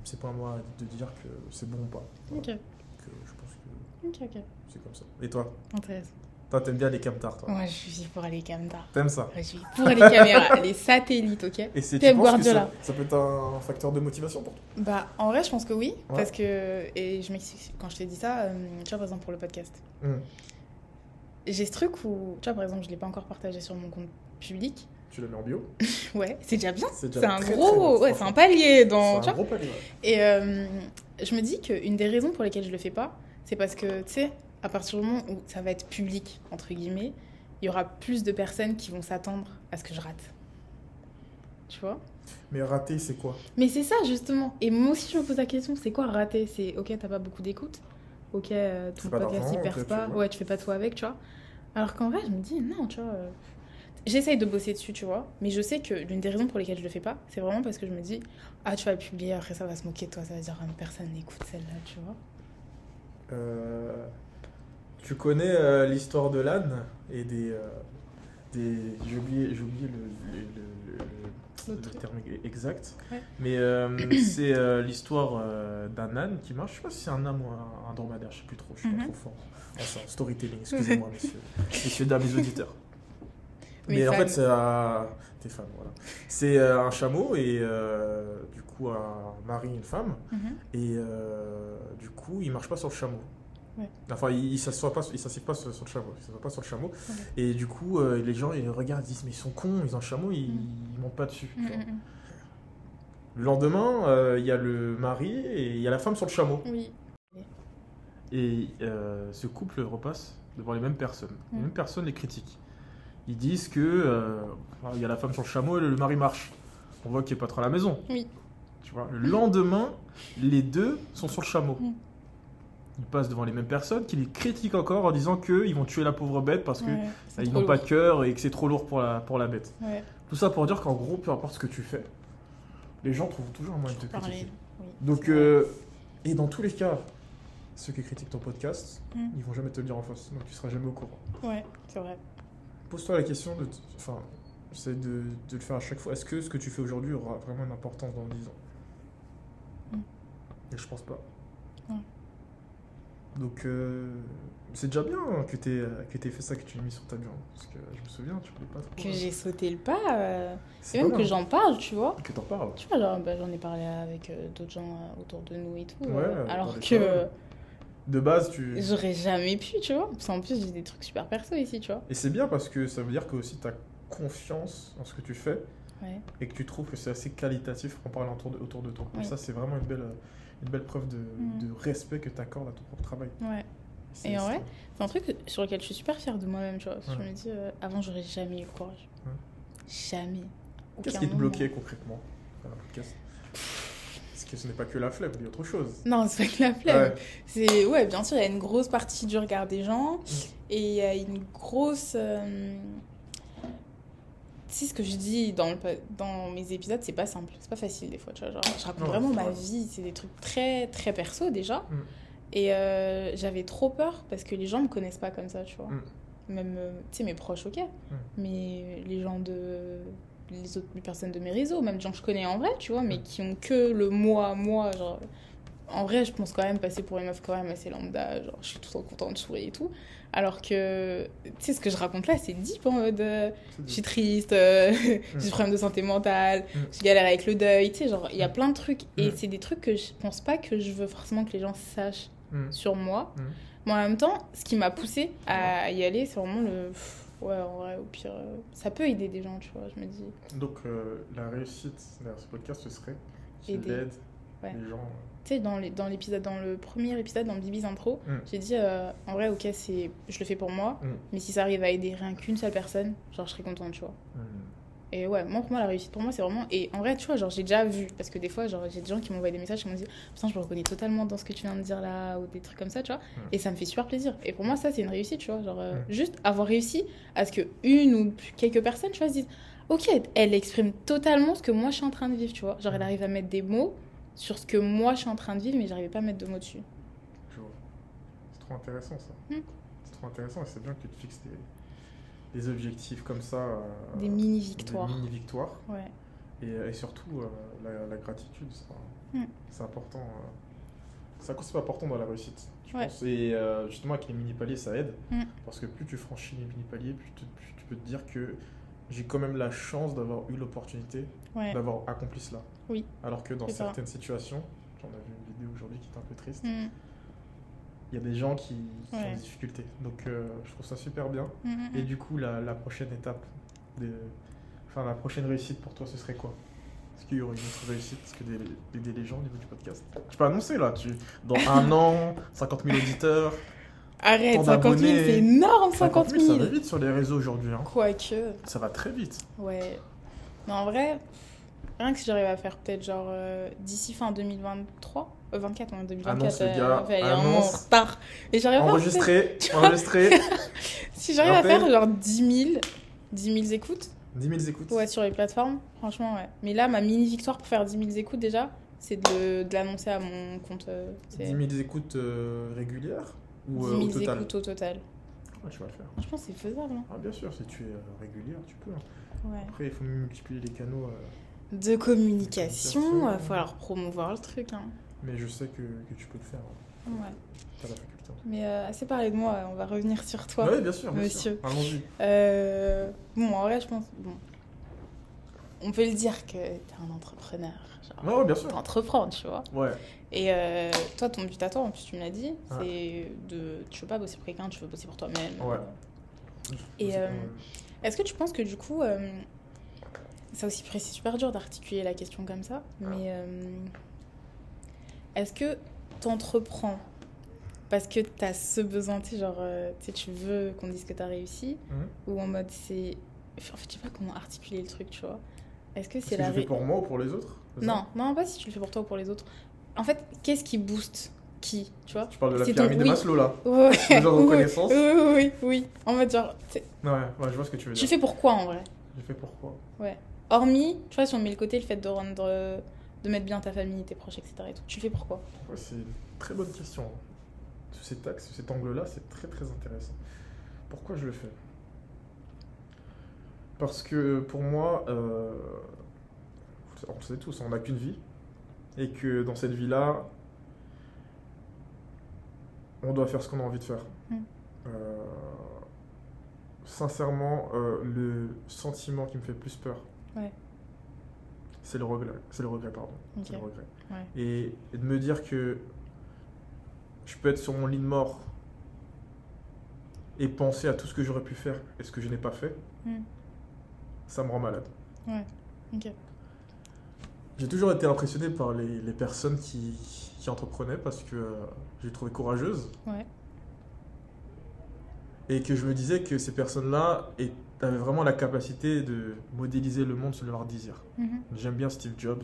[SPEAKER 2] c'est pas à moi de dire que c'est bon ou pas.
[SPEAKER 1] Ok.
[SPEAKER 2] Donc, euh, je pense que
[SPEAKER 1] Ok, ok.
[SPEAKER 2] c'est comme ça. Et toi
[SPEAKER 1] Intéressant.
[SPEAKER 2] Toi, t'aimes bien les camtars, toi
[SPEAKER 1] Moi, je suis pour les caméras.
[SPEAKER 2] T'aimes ça
[SPEAKER 1] Je suis pour les caméras, les satellites, ok
[SPEAKER 2] Et c'est tu
[SPEAKER 1] Pep
[SPEAKER 2] penses que ça,
[SPEAKER 1] Guardiola.
[SPEAKER 2] ça peut être un facteur de motivation pour toi
[SPEAKER 1] Bah, en vrai, je pense que oui.
[SPEAKER 2] Ouais.
[SPEAKER 1] Parce que, et je m'explique, quand je t'ai dit ça, euh, tu vois, par exemple, pour le podcast,
[SPEAKER 2] Hum,
[SPEAKER 1] j'ai ce truc où, tu vois, par exemple, je l'ai pas encore partagé sur mon compte public.
[SPEAKER 2] Tu le mets en bio
[SPEAKER 1] Ouais, c'est déjà bien.
[SPEAKER 2] C'est déjà
[SPEAKER 1] C'est un
[SPEAKER 2] très, très
[SPEAKER 1] gros,
[SPEAKER 2] bien,
[SPEAKER 1] ouais, c'est
[SPEAKER 2] franchement.
[SPEAKER 1] un palier dans,
[SPEAKER 2] C'est
[SPEAKER 1] tu
[SPEAKER 2] un
[SPEAKER 1] vois.
[SPEAKER 2] gros palier. ouais.
[SPEAKER 1] Et euh, je me dis qu'une des raisons pour lesquelles je le fais pas, c'est parce que, tu sais, à partir du moment où ça va être public, entre guillemets, il y aura plus de personnes qui vont s'attendre à ce que je rate. Tu vois
[SPEAKER 2] Mais rater, c'est quoi
[SPEAKER 1] Mais c'est ça justement. Et moi aussi je me pose la question, c'est quoi rater C'est ok, t'as pas beaucoup d'écoute, ok, euh,
[SPEAKER 2] C'est
[SPEAKER 1] ton
[SPEAKER 2] pas
[SPEAKER 1] podcast
[SPEAKER 2] d'argent,
[SPEAKER 1] il
[SPEAKER 2] ok,
[SPEAKER 1] perce
[SPEAKER 2] tu
[SPEAKER 1] pas,
[SPEAKER 2] vois.
[SPEAKER 1] ouais, tu fais pas tout avec, tu vois. Alors qu'en vrai, je me dis non, tu vois. euh, J'essaye de bosser dessus, tu vois. Mais je sais que l'une des raisons pour lesquelles je le fais pas, c'est vraiment parce que je me dis ah, tu vas le publier, après ça va se moquer de toi, ça va dire ah, mais personne n'écoute celle-là, tu vois.
[SPEAKER 2] Euh, Tu connais euh, l'histoire de l'âne et des. euh, des... J'ai oublié, j'ai oublié le- le- le- le-
[SPEAKER 1] Le
[SPEAKER 2] le
[SPEAKER 1] truc.
[SPEAKER 2] terme e- exact.
[SPEAKER 1] Ouais.
[SPEAKER 2] Mais euh, c'est euh, l'histoire euh, d'un âne qui marche. Je sais pas si c'est un âne ou un, un dromadaire, je sais plus trop. Je suis
[SPEAKER 1] Mhm.
[SPEAKER 2] pas trop fort. en- en- en storytelling, excusez-moi, messieurs, messieurs, dames, les auditeurs.
[SPEAKER 1] Mes
[SPEAKER 2] Mais en
[SPEAKER 1] fans.
[SPEAKER 2] fait, c'est un- Tes fans, voilà. C'est euh, un chameau et euh, du coup un mari et une femme.
[SPEAKER 1] Mhm.
[SPEAKER 2] Et euh, du coup, il marche pas sur le chameau.
[SPEAKER 1] Ouais.
[SPEAKER 2] Enfin, il, il s'assoit pas, il s'assied pas sur, sur le chameau. Il s'assoit pas sur le chameau. Et du coup, euh, les gens, ils le regardent, ils disent mais ils sont cons, ils ont un chameau, ils,
[SPEAKER 1] Mhm.
[SPEAKER 2] ils montent pas dessus. tu
[SPEAKER 1] Mhm,
[SPEAKER 2] vois.
[SPEAKER 1] mhm.
[SPEAKER 2] Le lendemain, euh, il y a le mari et il y a la femme sur le chameau.
[SPEAKER 1] Oui.
[SPEAKER 2] Et euh, ce couple repasse devant les mêmes personnes. Les
[SPEAKER 1] Mhm.
[SPEAKER 2] mêmes personnes les critiquent. Ils disent que euh, enfin, il y a la femme sur le chameau et le, le mari marche. On voit qu'il est pas trop à la maison.
[SPEAKER 1] Oui.
[SPEAKER 2] Tu vois, le lendemain, les deux sont sur le chameau.
[SPEAKER 1] Mhm.
[SPEAKER 2] Ils passent devant les mêmes personnes qui les critiquent encore en disant qu'ils vont tuer la pauvre bête parce qu'ils
[SPEAKER 1] Ouais, c'est trop
[SPEAKER 2] n'ont pas de
[SPEAKER 1] lourd.
[SPEAKER 2] cœur et que c'est trop lourd pour la, pour la bête.
[SPEAKER 1] Ouais,
[SPEAKER 2] Tout ça pour dire qu'en gros, peu importe ce que tu fais, les gens trouvent toujours un moyen de te
[SPEAKER 1] parler.
[SPEAKER 2] critiquer.
[SPEAKER 1] Oui.
[SPEAKER 2] Donc,
[SPEAKER 1] C'est vrai.
[SPEAKER 2] euh, et dans tous les cas, ceux qui critiquent ton podcast,
[SPEAKER 1] Mm.
[SPEAKER 2] ils vont jamais te le dire en face, donc tu seras jamais au courant.
[SPEAKER 1] Ouais, c'est vrai.
[SPEAKER 2] Pose-toi la question de, t- enfin, c'est de, de le faire à chaque fois. Est-ce que ce que tu fais aujourd'hui aura vraiment une importance dans 10 ans
[SPEAKER 1] Mm.
[SPEAKER 2] Et je pense pas.
[SPEAKER 1] Ouais.
[SPEAKER 2] Donc, euh, c'est déjà bien hein, que t'aies que t'aies fait ça, que tu l'aies mis sur ta bio, hein, parce que je me souviens, tu voulais pas trop.
[SPEAKER 1] Que
[SPEAKER 2] euh,
[SPEAKER 1] j'ai sauté le pas, euh,
[SPEAKER 2] c'est
[SPEAKER 1] et même
[SPEAKER 2] pas
[SPEAKER 1] que
[SPEAKER 2] mal.
[SPEAKER 1] j'en parle, tu vois.
[SPEAKER 2] Que t'en parles.
[SPEAKER 1] Tu vois, genre, bah, j'en ai parlé avec euh, d'autres gens euh, autour de nous et tout.
[SPEAKER 2] Ouais,
[SPEAKER 1] euh,
[SPEAKER 2] dans
[SPEAKER 1] alors
[SPEAKER 2] les
[SPEAKER 1] que euh,
[SPEAKER 2] forums. De base, tu.
[SPEAKER 1] j'aurais jamais pu, tu vois. Parce qu'en plus, j'ai des trucs super perso ici, tu vois.
[SPEAKER 2] Et c'est bien parce que ça veut dire que aussi t'as confiance en ce que tu fais
[SPEAKER 1] Ouais.
[SPEAKER 2] et que tu trouves que c'est assez qualitatif en parlant autour de, autour de toi. Et
[SPEAKER 1] Oui.
[SPEAKER 2] ça, c'est vraiment une belle, euh, une belle preuve de,
[SPEAKER 1] Mm.
[SPEAKER 2] de respect que tu accordes à ton propre travail.
[SPEAKER 1] Ouais.
[SPEAKER 2] C'est-
[SPEAKER 1] Et en
[SPEAKER 2] c'est-
[SPEAKER 1] vrai C'est un truc sur lequel je suis super fière de moi-même, tu vois. Parce que
[SPEAKER 2] Ouais.
[SPEAKER 1] je me dis, euh, avant, j'aurais jamais eu le courage.
[SPEAKER 2] Ouais.
[SPEAKER 1] Jamais.
[SPEAKER 2] Qu'est-ce
[SPEAKER 1] Aucun
[SPEAKER 2] qui te
[SPEAKER 1] moment.
[SPEAKER 2] bloquait concrètement dans le podcast Est-ce que ce n'est pas que la flemme, il y a autre chose
[SPEAKER 1] Non, c'est pas que la flemme. C'est ouais, bien sûr, il y a une grosse partie du regard des gens et il y a une grosse. euh, Tu sais ce que je dis dans le po- dans mes épisodes, c'est pas simple, c'est pas facile des fois. Tu vois, genre, je raconte
[SPEAKER 2] Non,
[SPEAKER 1] vraiment ma
[SPEAKER 2] ouais.
[SPEAKER 1] vie, c'est des trucs très très perso déjà.
[SPEAKER 2] Mm.
[SPEAKER 1] Et euh, j'avais trop peur parce que les gens me connaissent pas comme ça, tu vois.
[SPEAKER 2] Mm.
[SPEAKER 1] Même euh, tu sais mes proches, ok, mais les gens de les autres les personnes de mes réseaux, même des gens que je connais en vrai, tu vois, mais
[SPEAKER 2] Mm.
[SPEAKER 1] qui ont que le moi, moi, genre en vrai, je pense quand même passer pour une meuf quand même assez lambda, genre je suis tout le temps contente, de sourire et tout. Alors que, tu sais, ce que je raconte là, c'est deep en mode euh,
[SPEAKER 2] C'est-
[SPEAKER 1] je suis triste, euh, j'ai des problèmes de santé mentale,
[SPEAKER 2] Mm.
[SPEAKER 1] je galère avec le deuil, tu sais, genre il y a plein de trucs. Et
[SPEAKER 2] Mm.
[SPEAKER 1] c'est des trucs que je pense pas que je veux forcément que les gens sachent
[SPEAKER 2] Mm.
[SPEAKER 1] sur moi.
[SPEAKER 2] Mm.
[SPEAKER 1] Mais en même temps, ce qui m'a poussé à y aller, c'est vraiment le. pff, Ouais, en vrai, au pire, euh, ça peut aider des gens, tu vois, je me dis.
[SPEAKER 2] Donc euh, la réussite derrière ce podcast, ce serait qu'il
[SPEAKER 1] Aider.
[SPEAKER 2] aide
[SPEAKER 1] Ouais.
[SPEAKER 2] les gens.
[SPEAKER 1] Tu sais, dans les- dans l'épisode, dans le premier épisode, dans Bibi's intro,
[SPEAKER 2] Mm.
[SPEAKER 1] j'ai dit euh, en vrai, ok, c'est, je le fais pour moi,
[SPEAKER 2] Mm.
[SPEAKER 1] mais si ça arrive à aider rien qu'une seule personne, genre, je serais contente, tu vois.
[SPEAKER 2] euh, mm.
[SPEAKER 1] Et ouais, moi, pour moi, la réussite, pour moi, c'est vraiment. Et en vrai, tu vois, genre, j'ai déjà vu, parce que des fois, genre, j'ai des gens qui m'envoient des messages qui m'ont dit, putain, je me reconnais totalement dans ce que tu viens de dire là, ou des trucs comme ça, tu vois.
[SPEAKER 2] Mm.
[SPEAKER 1] Et ça me fait super plaisir. Et pour moi, ça, c'est une réussite, tu vois. Genre, euh,
[SPEAKER 2] Mm.
[SPEAKER 1] juste avoir réussi à ce que une ou plus- quelques personnes, tu vois, se disent, ok, elle exprime totalement ce que moi, je suis en train de vivre, tu vois. Genre, elle
[SPEAKER 2] Mm.
[SPEAKER 1] arrive à mettre des mots sur ce que moi, je suis en train de vivre, mais j'arrivais pas à mettre de mots dessus.
[SPEAKER 2] Je vois. C'est trop intéressant ça.
[SPEAKER 1] Mm.
[SPEAKER 2] C'est trop intéressant et c'est bien que tu te fixes des, des objectifs comme ça. euh,
[SPEAKER 1] Des mini-victoires.
[SPEAKER 2] Des mini-victoires.
[SPEAKER 1] Ouais.
[SPEAKER 2] Et, et surtout, euh, la, la gratitude, ça-
[SPEAKER 1] Mm.
[SPEAKER 2] c'est important. euh, c'est un concept important dans la réussite. Je
[SPEAKER 1] Ouais.
[SPEAKER 2] pense. Et euh, justement, avec les mini-paliers, ça aide.
[SPEAKER 1] Mm.
[SPEAKER 2] Parce que plus tu franchis les mini-paliers, plus, tu- plus tu peux te dire que j'ai quand même la chance d'avoir eu l'opportunité
[SPEAKER 1] Ouais.
[SPEAKER 2] d'avoir accompli cela.
[SPEAKER 1] Oui.
[SPEAKER 2] Alors que dans
[SPEAKER 1] C'est ça.
[SPEAKER 2] certaines situations, j'en avais une vidéo aujourd'hui qui était un peu triste,
[SPEAKER 1] Mm,
[SPEAKER 2] il y a des gens qui, qui ont
[SPEAKER 1] Ouais.
[SPEAKER 2] des difficultés. Donc euh, je trouve ça super bien.
[SPEAKER 1] mm, mm,
[SPEAKER 2] Et
[SPEAKER 1] mm.
[SPEAKER 2] du coup, la, la prochaine étape, de... enfin la prochaine réussite pour toi, ce serait quoi Est-ce qu'il y aurait une autre réussite Est-ce que des- d'aider les gens au niveau du podcast Je peux annoncer là, tu... dans un an, 50 000 auditeurs.
[SPEAKER 1] Arrête,
[SPEAKER 2] tant
[SPEAKER 1] 50 000,
[SPEAKER 2] d'abonnés.
[SPEAKER 1] c'est énorme, 50
[SPEAKER 2] Ça
[SPEAKER 1] 000.
[SPEAKER 2] va vite sur les réseaux aujourd'hui. hein.
[SPEAKER 1] Quoique.
[SPEAKER 2] Ça va très vite.
[SPEAKER 1] Ouais. Mais en vrai, rien que si j'arrive à faire peut-être genre euh, d'ici fin 2023, euh, 24, on est en 2024.
[SPEAKER 2] Annonce, les
[SPEAKER 1] euh,
[SPEAKER 2] gars,
[SPEAKER 1] ouais, elle est vraiment en
[SPEAKER 2] annonce.
[SPEAKER 1] retard. Mais j'arrive à faire peut-être-
[SPEAKER 2] Enregistré, enregistré,
[SPEAKER 1] si j'arrive à faire
[SPEAKER 2] Rappel.
[SPEAKER 1] genre 10 000, 10 000 écoutes,
[SPEAKER 2] 10 000 écoutes.
[SPEAKER 1] ouais, sur les plateformes, franchement, ouais. Mais là, ma mini victoire pour faire 10 000 écoutes déjà, c'est de, le- de l'annoncer à mon compte. euh, c'est
[SPEAKER 2] 10 000 écoutes euh, régulières ou euh, au
[SPEAKER 1] 10 000
[SPEAKER 2] total
[SPEAKER 1] écoutes au total.
[SPEAKER 2] Ouais, Tu vas le faire.
[SPEAKER 1] Je pense que c'est faisable. hein.
[SPEAKER 2] Ah, bien sûr, si tu es euh, régulière, tu peux. hein.
[SPEAKER 1] Ouais.
[SPEAKER 2] Après, il faut multiplier les canaux. euh,
[SPEAKER 1] De communication,
[SPEAKER 2] Communication.
[SPEAKER 1] il faut alors promouvoir le truc. Hein.
[SPEAKER 2] Mais je sais que, que tu peux le faire. hein.
[SPEAKER 1] Ouais.
[SPEAKER 2] T'as la faculté.
[SPEAKER 1] Mais euh, assez parlé de moi, on va revenir sur toi.
[SPEAKER 2] Oui, bien sûr. bien sûr.
[SPEAKER 1] Monsieur.
[SPEAKER 2] Allons-y.
[SPEAKER 1] Euh, bon, en vrai, je pense. Bon. On peut le dire que t'es un entrepreneur. Genre,
[SPEAKER 2] Ouais, ouais, bien sûr.
[SPEAKER 1] t'entreprends, tu vois.
[SPEAKER 2] Ouais.
[SPEAKER 1] Et euh, toi, ton but à toi, en plus, tu me l'as dit,
[SPEAKER 2] Ouais.
[SPEAKER 1] c'est de. Tu veux pas bosser pour quelqu'un, tu veux bosser pour toi-même.
[SPEAKER 2] Ouais.
[SPEAKER 1] Et,
[SPEAKER 2] C'est-
[SPEAKER 1] euh, Est-ce que tu penses que du coup. euh, ça aussi, après, c'est super dur d'articuler la question comme ça,
[SPEAKER 2] Ah.
[SPEAKER 1] mais. euh, Est-ce que t'entreprends parce que t'as ce besoin, tu sais, genre, euh, tu sais, tu veux qu'on dise que t'as réussi,
[SPEAKER 2] Mhm.
[SPEAKER 1] ou en mode c'est. Enfin, En fait, je sais pas comment articuler le truc, tu vois. Est-ce que
[SPEAKER 2] Est-ce
[SPEAKER 1] c'est
[SPEAKER 2] que
[SPEAKER 1] la.
[SPEAKER 2] je fais
[SPEAKER 1] ré-
[SPEAKER 2] pour moi ou pour les autres c'est ça
[SPEAKER 1] Non, non, pas si tu le fais pour toi ou pour les autres. En fait, qu'est-ce qui booste qui, tu vois
[SPEAKER 2] Tu parles de la
[SPEAKER 1] C'est ton
[SPEAKER 2] pyramide de
[SPEAKER 1] oui.
[SPEAKER 2] Maslow là.
[SPEAKER 1] Ouais,
[SPEAKER 2] Le genre de
[SPEAKER 1] ouais,
[SPEAKER 2] reconnaissance.
[SPEAKER 1] Oui, oui, oui, oui. En mode genre, tu sais,
[SPEAKER 2] Ouais, ouais, je vois ce que tu veux
[SPEAKER 1] tu
[SPEAKER 2] dire.
[SPEAKER 1] fais pourquoi en vrai
[SPEAKER 2] J'ai fait pourquoi
[SPEAKER 1] Hormis, tu vois, si on met le côté le fait de rendre. euh, de mettre bien ta famille, tes proches, etc. et tout. Tu fais pourquoi
[SPEAKER 2] Ouais, c'est une très bonne question. Sous cet axe, sous cet angle-là, c'est très très intéressant. Pourquoi je le fais Parce que pour moi, euh, on le sait tous, on n'a qu'une vie. Et que dans cette vie-là, on doit faire ce qu'on a envie de faire.
[SPEAKER 1] Mm.
[SPEAKER 2] Euh, sincèrement, euh, le sentiment qui me fait le plus peur,
[SPEAKER 1] Ouais.
[SPEAKER 2] c'est le regret. C'est le regret, pardon.
[SPEAKER 1] Ok.
[SPEAKER 2] C'est le regret.
[SPEAKER 1] Ouais.
[SPEAKER 2] Et, et de me dire que je peux être sur mon lit de mort et penser à tout ce que j'aurais pu faire et ce que je n'ai pas fait,
[SPEAKER 1] Mm.
[SPEAKER 2] ça me rend malade.
[SPEAKER 1] Ouais. Ok.
[SPEAKER 2] J'ai toujours été impressionné par les, les personnes qui, qui entreprenaient parce que euh, j'ai trouvé courageuse.
[SPEAKER 1] Ouais.
[SPEAKER 2] Et que je me disais que ces personnes-là et- avait vraiment la capacité de modéliser le monde selon leur désir.
[SPEAKER 1] Mhm.
[SPEAKER 2] J'aime bien Steve Jobs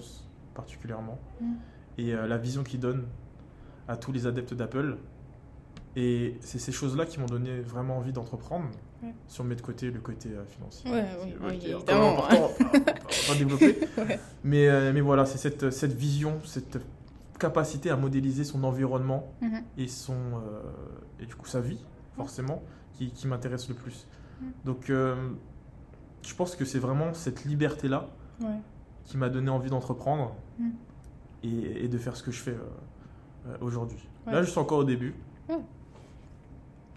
[SPEAKER 2] particulièrement
[SPEAKER 1] Mm.
[SPEAKER 2] et euh, la vision qu'il donne à tous les adeptes d'Apple. Et c'est ces choses-là qui m'ont donné vraiment envie d'entreprendre.
[SPEAKER 1] Ouais.
[SPEAKER 2] Si on met de côté le côté euh, financier,
[SPEAKER 1] Ouais,
[SPEAKER 2] c'est-
[SPEAKER 1] oui,
[SPEAKER 2] ouais,
[SPEAKER 1] oui,
[SPEAKER 2] qui est
[SPEAKER 1] évidemment.
[SPEAKER 2] encore important, euh, on va- on va développer.
[SPEAKER 1] Ouais.
[SPEAKER 2] Mais, euh, mais voilà, c'est cette, cette vision, cette capacité à modéliser son environnement
[SPEAKER 1] Mhm.
[SPEAKER 2] et, son, euh, et du coup sa vie, forcément, qui, qui m'intéresse le plus.
[SPEAKER 1] Mm.
[SPEAKER 2] Donc euh, je pense que c'est vraiment cette liberté-là
[SPEAKER 1] Ouais.
[SPEAKER 2] qui m'a donné envie d'entreprendre
[SPEAKER 1] Mm.
[SPEAKER 2] et, et de faire ce que je fais euh, euh, aujourd'hui.
[SPEAKER 1] Ouais. Mm.
[SPEAKER 2] Là, je suis encore au début.
[SPEAKER 1] Ouais.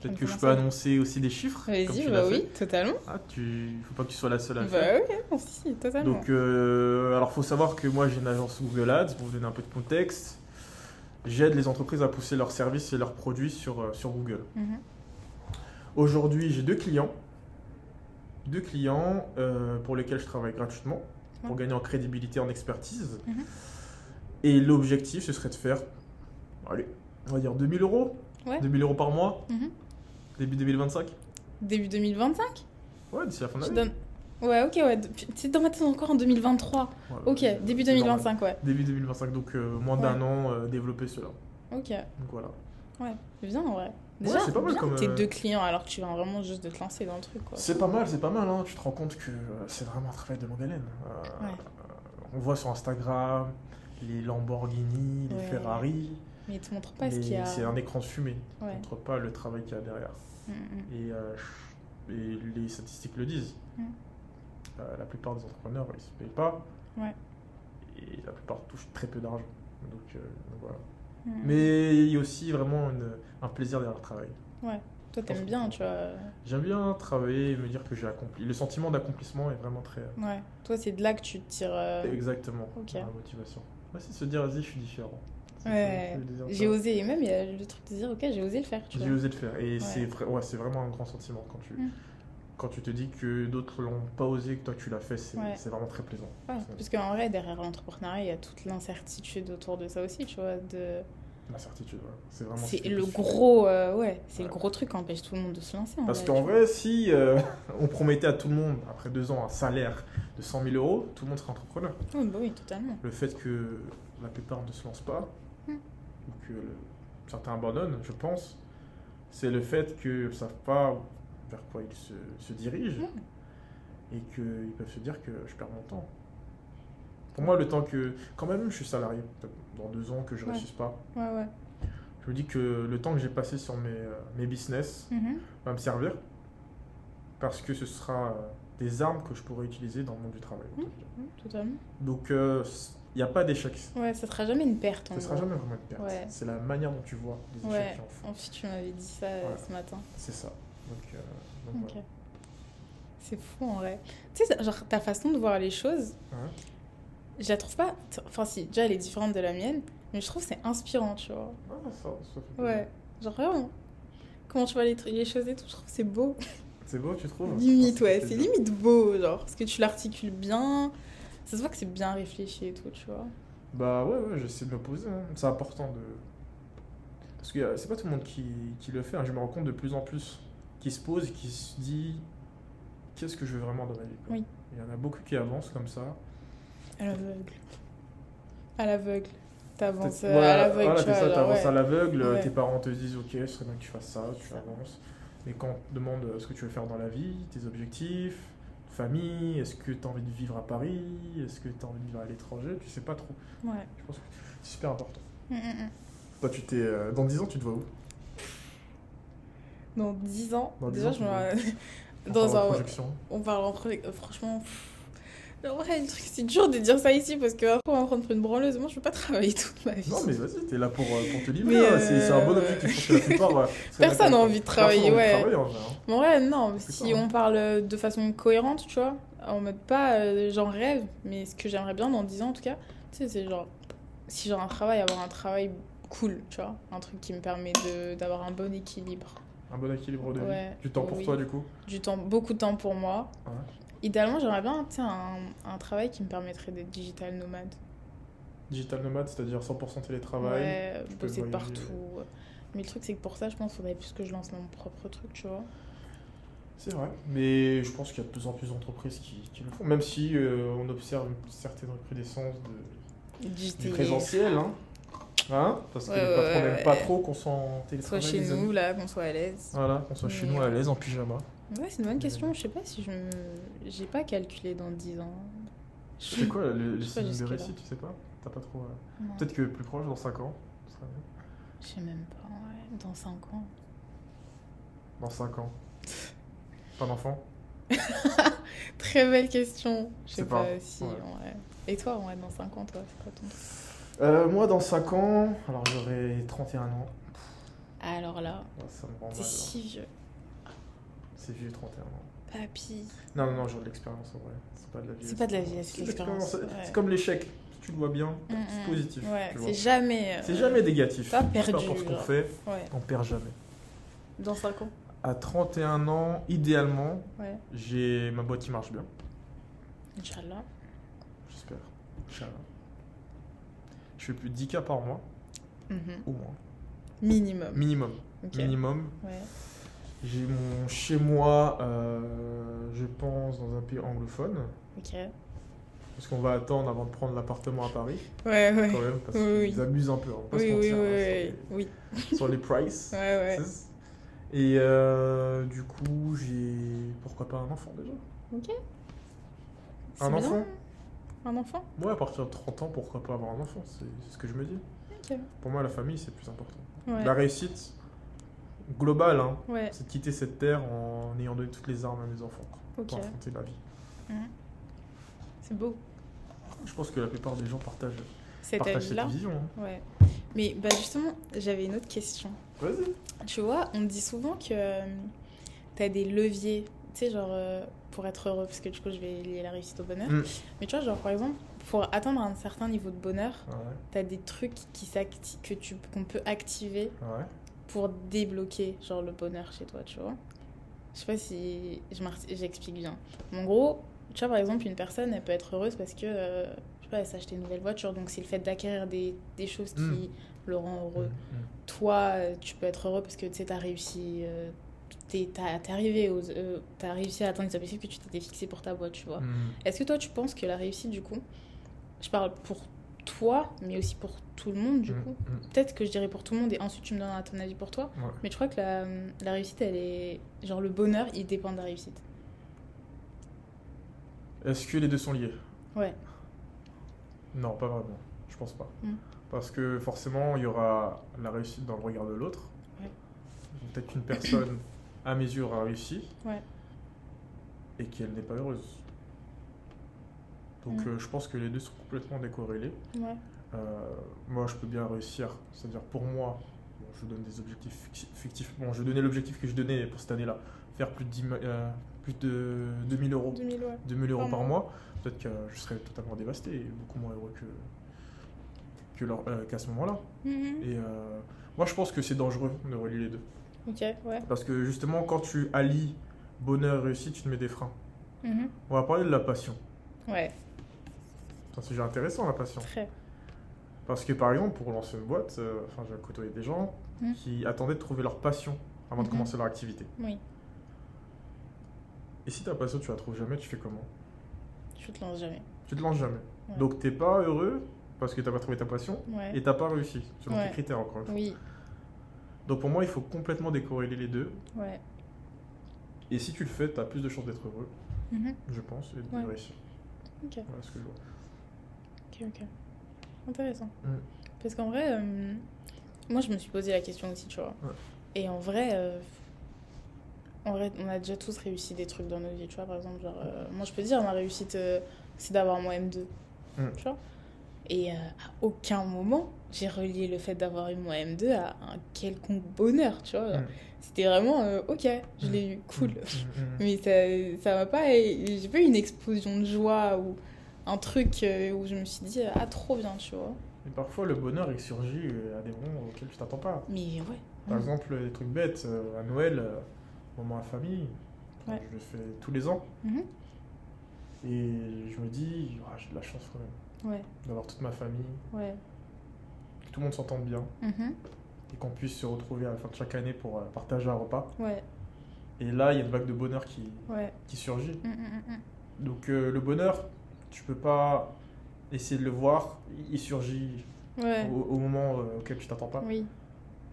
[SPEAKER 2] Peut-être
[SPEAKER 1] Ça
[SPEAKER 2] que
[SPEAKER 1] me
[SPEAKER 2] je
[SPEAKER 1] fait
[SPEAKER 2] peux
[SPEAKER 1] penser.
[SPEAKER 2] annoncer aussi des chiffres. comme
[SPEAKER 1] Vas-y,
[SPEAKER 2] tu
[SPEAKER 1] bah
[SPEAKER 2] l'as
[SPEAKER 1] oui,
[SPEAKER 2] fait.
[SPEAKER 1] totalement.
[SPEAKER 2] Ah, tu... faut pas que tu sois la seule à le
[SPEAKER 1] Bah
[SPEAKER 2] faire.
[SPEAKER 1] oui, non, si, totalement.
[SPEAKER 2] Donc, euh, alors faut savoir que moi j'ai une agence Google Ads pour vous donner un peu de contexte. J'aide les entreprises à pousser leurs services et leurs produits sur, euh, sur Google.
[SPEAKER 1] Mhm.
[SPEAKER 2] Aujourd'hui, j'ai deux clients. Deux clients euh, pour lesquels je travaille gratuitement pour
[SPEAKER 1] Ouais.
[SPEAKER 2] gagner en crédibilité, en expertise.
[SPEAKER 1] Mhm.
[SPEAKER 2] Et l'objectif, ce serait de faire, allez, on va dire 2000 euros.
[SPEAKER 1] Ouais.
[SPEAKER 2] 2000 euros par mois,
[SPEAKER 1] Mhm.
[SPEAKER 2] début 2025.
[SPEAKER 1] Début 2025
[SPEAKER 2] Ouais, d'ici la fin de
[SPEAKER 1] Tu
[SPEAKER 2] l'année.
[SPEAKER 1] donnes- Ouais, ok, ouais. Depuis- C'est dans ma tête encore en 2023.
[SPEAKER 2] Ouais,
[SPEAKER 1] Ok,
[SPEAKER 2] euh,
[SPEAKER 1] début
[SPEAKER 2] c'est normal.
[SPEAKER 1] 2025, ouais.
[SPEAKER 2] Début 2025, donc euh, moins
[SPEAKER 1] Ouais.
[SPEAKER 2] d'un an, euh, développer cela.
[SPEAKER 1] Ok,
[SPEAKER 2] Donc voilà.
[SPEAKER 1] ouais. C'est bien, ouais. Déjà,
[SPEAKER 2] c'est pas mal
[SPEAKER 1] bien
[SPEAKER 2] comme,
[SPEAKER 1] que t'aies
[SPEAKER 2] euh,
[SPEAKER 1] deux clients alors que tu viens vraiment juste de te lancer dans le truc, quoi.
[SPEAKER 2] C'est pas mal, c'est pas mal. Hein. Tu te rends compte que euh, c'est vraiment un travail de longue haleine. Euh,
[SPEAKER 1] Ouais.
[SPEAKER 2] euh, on voit sur Instagram les Lamborghini, les
[SPEAKER 1] Ouais.
[SPEAKER 2] Ferrari.
[SPEAKER 1] Mais ils te montrent pas ce
[SPEAKER 2] mais
[SPEAKER 1] qu'il y a.
[SPEAKER 2] C'est un écran de fumée. On
[SPEAKER 1] Ouais.
[SPEAKER 2] montre pas le travail qu'il y a derrière.
[SPEAKER 1] Mm, mm.
[SPEAKER 2] Et, euh, et les statistiques le disent.
[SPEAKER 1] Mm.
[SPEAKER 2] Euh, la plupart des entrepreneurs, ils se payent pas.
[SPEAKER 1] Ouais.
[SPEAKER 2] Et la plupart touchent très peu d'argent. Donc, euh, donc voilà.
[SPEAKER 1] Mm.
[SPEAKER 2] Mais il y a aussi vraiment une- un plaisir derrière le travail.
[SPEAKER 1] Toi, t'aimes bien, tu vois.
[SPEAKER 2] J'aime bien travailler et me dire que j'ai accompli. Le sentiment d'accomplissement est vraiment très. euh,
[SPEAKER 1] Ouais. Toi, c'est de là que tu te tires. euh,
[SPEAKER 2] Exactement.
[SPEAKER 1] ok.
[SPEAKER 2] La motivation. Ouais, c'est se dire, vas-y, je suis différent. C'est
[SPEAKER 1] Ouais.
[SPEAKER 2] le plaisir de
[SPEAKER 1] J'ai
[SPEAKER 2] faire.
[SPEAKER 1] osé, et même il y a le truc de dire, ok, j'ai osé le faire, tu
[SPEAKER 2] J'ai
[SPEAKER 1] vois.
[SPEAKER 2] osé le faire. Et c'est vra- ouais, c'est vraiment un grand sentiment quand tu,
[SPEAKER 1] Mm.
[SPEAKER 2] quand tu te dis que d'autres l'ont pas osé, que toi tu l'as fait, c'est
[SPEAKER 1] Ouais.
[SPEAKER 2] c'est vraiment très plaisant.
[SPEAKER 1] Ouais, parce qu'en vrai, derrière l'entrepreneuriat, il y a toute l'incertitude autour de ça aussi, tu vois. De...
[SPEAKER 2] La certitude, ouais. c'est vraiment ce
[SPEAKER 1] C'est
[SPEAKER 2] qui
[SPEAKER 1] le
[SPEAKER 2] pousse.
[SPEAKER 1] gros, euh, ouais, c'est le
[SPEAKER 2] Ouais.
[SPEAKER 1] gros truc qui empêche tout le monde de se lancer. en
[SPEAKER 2] Parce
[SPEAKER 1] vrai,
[SPEAKER 2] qu'en
[SPEAKER 1] tu
[SPEAKER 2] vrai, si euh, on promettait à tout le monde, après deux ans, un salaire de 100 000 euros, tout le monde serait entrepreneur.
[SPEAKER 1] vois. Oui, bah oui, totalement.
[SPEAKER 2] Le fait que la plupart ne se lancent pas,
[SPEAKER 1] Mm.
[SPEAKER 2] ou que le- certains abandonnent, je pense, c'est le fait qu'ils ne savent pas vers quoi ils se, se dirigent et qu'ils peuvent se dire que je perds mon temps. Pour moi, le temps que. Quand même, je suis salarié, peut-être dans deux ans que je ne
[SPEAKER 1] Ouais.
[SPEAKER 2] réussisse pas,
[SPEAKER 1] Ouais, ouais.
[SPEAKER 2] je me dis que le temps que j'ai passé sur mes, euh, mes business
[SPEAKER 1] Mhm.
[SPEAKER 2] va me servir parce que ce sera euh, des armes que je pourrai utiliser dans le monde du travail.
[SPEAKER 1] Mm. Mhm, Totalement.
[SPEAKER 2] Donc, euh, c- il n'y a pas d'échec.
[SPEAKER 1] Ouais, ça sera jamais une perte.
[SPEAKER 2] Ce
[SPEAKER 1] en
[SPEAKER 2] ne sera
[SPEAKER 1] gros.
[SPEAKER 2] jamais vraiment une perte.
[SPEAKER 1] Ouais.
[SPEAKER 2] C'est la manière dont tu vois les échecs
[SPEAKER 1] Ouais.
[SPEAKER 2] qui en font.
[SPEAKER 1] Ensuite, tu m'avais dit ça euh,
[SPEAKER 2] Ouais.
[SPEAKER 1] ce matin.
[SPEAKER 2] C'est ça. Donc, euh, donc
[SPEAKER 1] Ok. C'est fou en vrai. Tu sais, ça- genre ta façon de voir les choses,
[SPEAKER 2] Ouais.
[SPEAKER 1] je la trouve pas. t- Enfin, si, déjà elle est différente de la mienne, mais je trouve que c'est inspirant, tu vois.
[SPEAKER 2] voilà. Ah, ça, ça fait plaisir.
[SPEAKER 1] Ouais, genre vraiment. Comment tu vois les, tru- les choses et tout, je trouve que c'est beau.
[SPEAKER 2] C'est beau, tu trouves
[SPEAKER 1] Limite,
[SPEAKER 2] Ça fait
[SPEAKER 1] ouais, c'est
[SPEAKER 2] plaisir.
[SPEAKER 1] limite beau, genre, parce que tu l'articules bien. Ça se voit que c'est bien réfléchi et tout, tu vois.
[SPEAKER 2] Bah ouais, ouais j'essaie de me poser. hein. C'est important de. Parce que euh, c'est pas tout le monde qui, qui le fait. hein. Je me rends compte de plus en plus qui se pose, qui se dit qu'est-ce que je veux vraiment dans ma vie. quoi.
[SPEAKER 1] Oui.
[SPEAKER 2] Il y en a beaucoup qui avancent comme ça.
[SPEAKER 1] À l'aveugle. À l'aveugle. T'avances euh,
[SPEAKER 2] Voilà,
[SPEAKER 1] à l'aveugle,
[SPEAKER 2] voilà,
[SPEAKER 1] tu
[SPEAKER 2] c'est
[SPEAKER 1] vois.
[SPEAKER 2] ça,
[SPEAKER 1] genre,
[SPEAKER 2] t'avances
[SPEAKER 1] ouais.
[SPEAKER 2] à l'aveugle. euh,
[SPEAKER 1] Ouais.
[SPEAKER 2] Tes parents te disent ok, ce serait bien que tu fasses ça, tu
[SPEAKER 1] Ça.
[SPEAKER 2] avances. Mais quand on te demande euh, ce que tu veux faire dans la vie, tes objectifs, famille, est-ce que t'as envie de vivre à Paris, est-ce que t'as envie de vivre à l'étranger, tu sais pas trop.
[SPEAKER 1] Ouais.
[SPEAKER 2] Je pense que c'est super important.
[SPEAKER 1] Mm, mm, mm.
[SPEAKER 2] Toi, tu t'es. euh, dans 10 ans, tu te vois où
[SPEAKER 1] Dans 10 ans,
[SPEAKER 2] Dans dix
[SPEAKER 1] déjà,
[SPEAKER 2] ans,
[SPEAKER 1] je
[SPEAKER 2] tu
[SPEAKER 1] me.
[SPEAKER 2] En
[SPEAKER 1] Dans
[SPEAKER 2] parlant de
[SPEAKER 1] un.
[SPEAKER 2] projection.
[SPEAKER 1] On parle en pro- euh, Franchement. pff. En vrai, le truc, c'est dur de dire ça ici parce que après, on va me prendre pour une branleuse. Moi, je veux pas travailler toute ma vie.
[SPEAKER 2] Non, mais vas-y, t'es là pour, euh, pour te livrer.
[SPEAKER 1] Mais,
[SPEAKER 2] hein. C'est c'est un bon
[SPEAKER 1] euh,
[SPEAKER 2] objectif. Je pense que la plupart. euh, c'est la
[SPEAKER 1] Personne n'a envie de
[SPEAKER 2] Personne
[SPEAKER 1] travailler,
[SPEAKER 2] n'a envie de
[SPEAKER 1] ouais.
[SPEAKER 2] travailler, en vrai, hein.
[SPEAKER 1] Mais en vrai, non,
[SPEAKER 2] C'est
[SPEAKER 1] si
[SPEAKER 2] ça, hein.
[SPEAKER 1] on parle euh, de façon cohérente, tu vois, en mode pas euh, j'en rêve, mais ce que j'aimerais bien dans 10 ans en tout cas, tu sais, c'est genre, si j'ai un travail, avoir un travail cool, tu vois, un truc qui me permet de- d'avoir un bon équilibre.
[SPEAKER 2] Un bon équilibre de vie.
[SPEAKER 1] Ouais,
[SPEAKER 2] Du temps pour
[SPEAKER 1] oui.
[SPEAKER 2] toi, du coup.
[SPEAKER 1] Du temps, beaucoup de temps pour moi.
[SPEAKER 2] Ouais.
[SPEAKER 1] Idéalement, j'aimerais bien, tu sais, un, un travail qui me permettrait d'être digital nomade.
[SPEAKER 2] Digital nomade, c'est-à-dire 100% télétravail.
[SPEAKER 1] Ouais,
[SPEAKER 2] Ah bah tu peux
[SPEAKER 1] bosser de
[SPEAKER 2] voyager.
[SPEAKER 1] partout. Mais le truc, c'est que pour ça, je pense qu'il faudrait plus que je lance mon propre truc, tu vois.
[SPEAKER 2] C'est vrai, mais je pense qu'il y a de plus en plus d'entreprises qui, qui le font, même si euh, on observe une certaine recrudescence de, du présentiel. Hein, Hein Parce que
[SPEAKER 1] Ouais,
[SPEAKER 2] les
[SPEAKER 1] ouais,
[SPEAKER 2] patrons
[SPEAKER 1] ouais,
[SPEAKER 2] n'aiment
[SPEAKER 1] ouais.
[SPEAKER 2] pas trop qu'on s'en
[SPEAKER 1] Soit
[SPEAKER 2] télétravail.
[SPEAKER 1] chez
[SPEAKER 2] les amis.
[SPEAKER 1] nous, là, qu'on soit à l'aise.
[SPEAKER 2] Voilà, qu'on soit chez nous à l'aise en pyjama.
[SPEAKER 1] Ouais, c'est une bonne question. Je sais pas si je me... J'ai pas calculé dans 10 ans.
[SPEAKER 2] C'est quoi le, le
[SPEAKER 1] Je sais pas
[SPEAKER 2] signe de
[SPEAKER 1] jusque-là.
[SPEAKER 2] réussite, tu sais pas T'as pas trop. euh,
[SPEAKER 1] Non,
[SPEAKER 2] Peut-être que plus proche, dans 5 ans. ce sera mieux.
[SPEAKER 1] Je sais même pas, ouais. Dans 5 ans.
[SPEAKER 2] Dans 5 ans. Pas d'enfant
[SPEAKER 1] Très belle question. Je sais
[SPEAKER 2] C'est pas-
[SPEAKER 1] pas, si...
[SPEAKER 2] ouais.
[SPEAKER 1] en vrai. Et toi, ouais, dans 5 ans, toi, c'est quoi ton truc
[SPEAKER 2] Euh, Moi, dans 5 ans, alors j'aurai 31 ans.
[SPEAKER 1] Alors là,
[SPEAKER 2] Ouais, Ça me rend mal.
[SPEAKER 1] t'es
[SPEAKER 2] hein.
[SPEAKER 1] si vieux.
[SPEAKER 2] C'est vieux, 31 ans.
[SPEAKER 1] Papy.
[SPEAKER 2] Non, non, non, j'aurai de l'expérience en vrai. C'est pas de la vie.
[SPEAKER 1] C'est pas de la vie, c'est de l'expérience, ouais.
[SPEAKER 2] C'est comme l'échec. Si tu le vois bien,
[SPEAKER 1] Mm,
[SPEAKER 2] c'est
[SPEAKER 1] mm.
[SPEAKER 2] positif.
[SPEAKER 1] Ouais,
[SPEAKER 2] tu vois.
[SPEAKER 1] c'est jamais... euh,
[SPEAKER 2] C'est jamais négatif.
[SPEAKER 1] pas
[SPEAKER 2] Peu
[SPEAKER 1] perdu,
[SPEAKER 2] importe ce qu'on
[SPEAKER 1] genre.
[SPEAKER 2] fait,
[SPEAKER 1] Ouais,
[SPEAKER 2] on perd jamais.
[SPEAKER 1] dans 5 ans.
[SPEAKER 2] À 31 ans, idéalement,
[SPEAKER 1] Ouais.
[SPEAKER 2] j'ai ma boîte qui marche bien.
[SPEAKER 1] Inch'Allah.
[SPEAKER 2] J'espère. Inch'Allah. Je fais plus de 10 cas par mois,
[SPEAKER 1] Mhm.
[SPEAKER 2] au moins.
[SPEAKER 1] Minimum.
[SPEAKER 2] Minimum.
[SPEAKER 1] Ok.
[SPEAKER 2] Minimum.
[SPEAKER 1] Ouais.
[SPEAKER 2] J'ai mon chez moi, euh, je pense, dans un pays anglophone.
[SPEAKER 1] Ok.
[SPEAKER 2] Parce qu'on va attendre avant de prendre l'appartement à Paris,
[SPEAKER 1] Ouais, ouais.
[SPEAKER 2] quand même, parce
[SPEAKER 1] Oui, oui.
[SPEAKER 2] qu'ils abusent un peu. on va pas se
[SPEAKER 1] Oui, oui, oui,
[SPEAKER 2] mentir, hein,
[SPEAKER 1] oui.
[SPEAKER 2] sur
[SPEAKER 1] Oui,
[SPEAKER 2] les- Sur les prices.
[SPEAKER 1] ouais, ouais.
[SPEAKER 2] Et euh, du coup, j'ai. Pourquoi pas un enfant déjà
[SPEAKER 1] C'est
[SPEAKER 2] Un
[SPEAKER 1] bien,
[SPEAKER 2] enfant
[SPEAKER 1] hein. Un enfant
[SPEAKER 2] Moi, à partir de 30 ans, pourquoi pas avoir un enfant C'est c'est ce que je me dis.
[SPEAKER 1] Ok.
[SPEAKER 2] Pour moi, la famille, c'est le plus important.
[SPEAKER 1] Ouais.
[SPEAKER 2] La réussite globale, hein,
[SPEAKER 1] Ouais,
[SPEAKER 2] c'est de quitter cette terre en ayant donné toutes les armes à mes enfants quoi,
[SPEAKER 1] ok.
[SPEAKER 2] pour affronter la vie.
[SPEAKER 1] C'est beau.
[SPEAKER 2] Je pense que la plupart des gens partagent,
[SPEAKER 1] Cette
[SPEAKER 2] partagent cette
[SPEAKER 1] avis-là.
[SPEAKER 2] vision. hein.
[SPEAKER 1] Ouais. Mais bah justement, j'avais une autre question.
[SPEAKER 2] Vas-y.
[SPEAKER 1] Tu vois, on dit souvent que euh, t'as des leviers, tu sais, genre euh, pour être heureux, parce que du coup, je vais lier la réussite au bonheur.
[SPEAKER 2] Mm.
[SPEAKER 1] Mais tu vois, genre par exemple, pour atteindre un certain niveau de bonheur,
[SPEAKER 2] Ouais,
[SPEAKER 1] t'as des trucs qui s'acti- que tu qu'on peut activer
[SPEAKER 2] ouais.
[SPEAKER 1] pour débloquer genre le bonheur chez toi, tu vois. Je sais pas si je m'ar- j'explique bien. Mais En gros, tu vois par exemple une personne, elle peut être heureuse parce que euh, je sais pas, elle s'est acheté une nouvelle voiture, donc c'est le fait d'acquérir des, des choses qui
[SPEAKER 2] Mm.
[SPEAKER 1] le rend heureux.
[SPEAKER 2] Mm, mm.
[SPEAKER 1] Toi, euh, tu peux être heureux parce que tu sais t'as réussi, euh, t'es- t'as t'es arrivé aux, euh, t'as réussi à atteindre les objectifs que tu t'étais fixé pour ta boîte, tu vois.
[SPEAKER 2] Mm.
[SPEAKER 1] Est-ce que toi, tu penses que la réussite, du coup, je parle pour toi, mais aussi pour tout le monde, du
[SPEAKER 2] Mm,
[SPEAKER 1] coup.
[SPEAKER 2] mm.
[SPEAKER 1] Peut-être que je dirais pour tout le monde et ensuite tu me donneras ton avis pour toi.
[SPEAKER 2] Ouais.
[SPEAKER 1] Mais je crois que la, la réussite, elle est. Genre, le bonheur, il dépend de la réussite.
[SPEAKER 2] Est-ce que les deux sont liés
[SPEAKER 1] Ouais.
[SPEAKER 2] Non, pas vraiment. Je pense pas.
[SPEAKER 1] Mm.
[SPEAKER 2] Parce que forcément, il y aura la réussite dans le regard de l'autre.
[SPEAKER 1] Ouais.
[SPEAKER 2] Donc, Peut-être qu'une personne, à mes yeux, aura réussi.
[SPEAKER 1] Ouais.
[SPEAKER 2] Et qu'elle n'est pas heureuse. Donc
[SPEAKER 1] Mm.
[SPEAKER 2] euh, je pense que les deux sont complètement décorrélés.
[SPEAKER 1] Ouais.
[SPEAKER 2] Euh, moi, je peux bien réussir. C'est-à-dire, pour moi, bon, je donne des objectifs fixi- fictifs. Bon, je donnais l'objectif que je donnais pour cette année-là. Faire plus de, 10 ma- euh, plus de 2000 euros
[SPEAKER 1] 2000, ouais.
[SPEAKER 2] 2000 euros
[SPEAKER 1] Par
[SPEAKER 2] par mois, peut-être que je serais totalement dévasté et beaucoup moins heureux que, que leur- euh, qu'à ce moment-là.
[SPEAKER 1] Mhm.
[SPEAKER 2] Et euh, moi, je pense que c'est dangereux de relier les deux.
[SPEAKER 1] Ok, ouais.
[SPEAKER 2] Parce que justement, quand tu allies bonheur et réussite, tu te mets des freins.
[SPEAKER 1] Mhm.
[SPEAKER 2] On va parler de la passion.
[SPEAKER 1] Ouais,
[SPEAKER 2] C'est un sujet intéressant, la passion.
[SPEAKER 1] très.
[SPEAKER 2] Parce que par exemple, pour lancer une boîte, euh, enfin, j'ai côtoyé des gens
[SPEAKER 1] Mhm.
[SPEAKER 2] qui attendaient de trouver leur passion avant de
[SPEAKER 1] Mhm.
[SPEAKER 2] commencer leur activité.
[SPEAKER 1] Oui.
[SPEAKER 2] Et si ta passion, tu la trouves jamais, tu fais comment
[SPEAKER 1] Je te lance jamais.
[SPEAKER 2] Tu te lances jamais.
[SPEAKER 1] Ouais.
[SPEAKER 2] Donc, t'es pas heureux parce que t'as pas trouvé ta passion
[SPEAKER 1] Ouais.
[SPEAKER 2] et t'as pas réussi, selon
[SPEAKER 1] Ouais.
[SPEAKER 2] tes critères, encore une fois.
[SPEAKER 1] Oui,
[SPEAKER 2] Donc pour moi, il faut complètement décorréler les deux.
[SPEAKER 1] ouais.
[SPEAKER 2] Et si tu le fais, tu as plus de chances d'être heureux,
[SPEAKER 1] Mhm.
[SPEAKER 2] je pense, et de
[SPEAKER 1] Ouais.
[SPEAKER 2] réussir.
[SPEAKER 1] Ok.
[SPEAKER 2] Voilà ce que je vois.
[SPEAKER 1] Ok, ok. Intéressant.
[SPEAKER 2] Mm.
[SPEAKER 1] Parce qu'en vrai, euh, moi je me suis posé la question aussi, tu vois.
[SPEAKER 2] Ouais.
[SPEAKER 1] Et en vrai, euh, en vrai, on a déjà tous réussi des trucs dans nos vies, tu vois. Par exemple, genre, euh, moi je peux dire, ma réussite, euh, c'est d'avoir mon M2,
[SPEAKER 2] Mm.
[SPEAKER 1] tu vois. Et euh, à aucun moment, j'ai relié le fait d'avoir eu mon M2 à un quelconque bonheur, tu vois. Genre,
[SPEAKER 2] Mm.
[SPEAKER 1] C'était vraiment, euh, ok, je
[SPEAKER 2] Mm.
[SPEAKER 1] l'ai eu, cool.
[SPEAKER 2] Mm, mm, mm.
[SPEAKER 1] Mais ça, ça va pas. et J'ai pas eu une explosion de joie ou un truc euh, où je me suis dit, ah, trop bien, tu vois.
[SPEAKER 2] Et parfois, le bonheur, il surgit euh, à des moments auxquels tu t'attends pas.
[SPEAKER 1] Mais ouais.
[SPEAKER 2] Par
[SPEAKER 1] Mm.
[SPEAKER 2] exemple, des trucs bêtes, euh, à Noël, euh, moment à famille,
[SPEAKER 1] Ouais.
[SPEAKER 2] je le fais tous les ans.
[SPEAKER 1] Mhm.
[SPEAKER 2] Et je me dis, Ah, j'ai de la chance quand même
[SPEAKER 1] Ouais,
[SPEAKER 2] d'avoir toute ma famille,
[SPEAKER 1] ouais.
[SPEAKER 2] que tout le monde s'entende bien,
[SPEAKER 1] Mhm.
[SPEAKER 2] et qu'on puisse se retrouver à la fin de chaque année pour euh, partager un repas.
[SPEAKER 1] Ouais,
[SPEAKER 2] Et là, il y a une vague de bonheur qui,
[SPEAKER 1] Ouais.
[SPEAKER 2] qui surgit.
[SPEAKER 1] Mm, mm, mm, mm.
[SPEAKER 2] Donc euh, le bonheur, tu peux pas essayer de le voir, il- il surgit
[SPEAKER 1] mm. Ouais.
[SPEAKER 2] au, au moment euh, auquel tu t'attends pas.
[SPEAKER 1] Oui.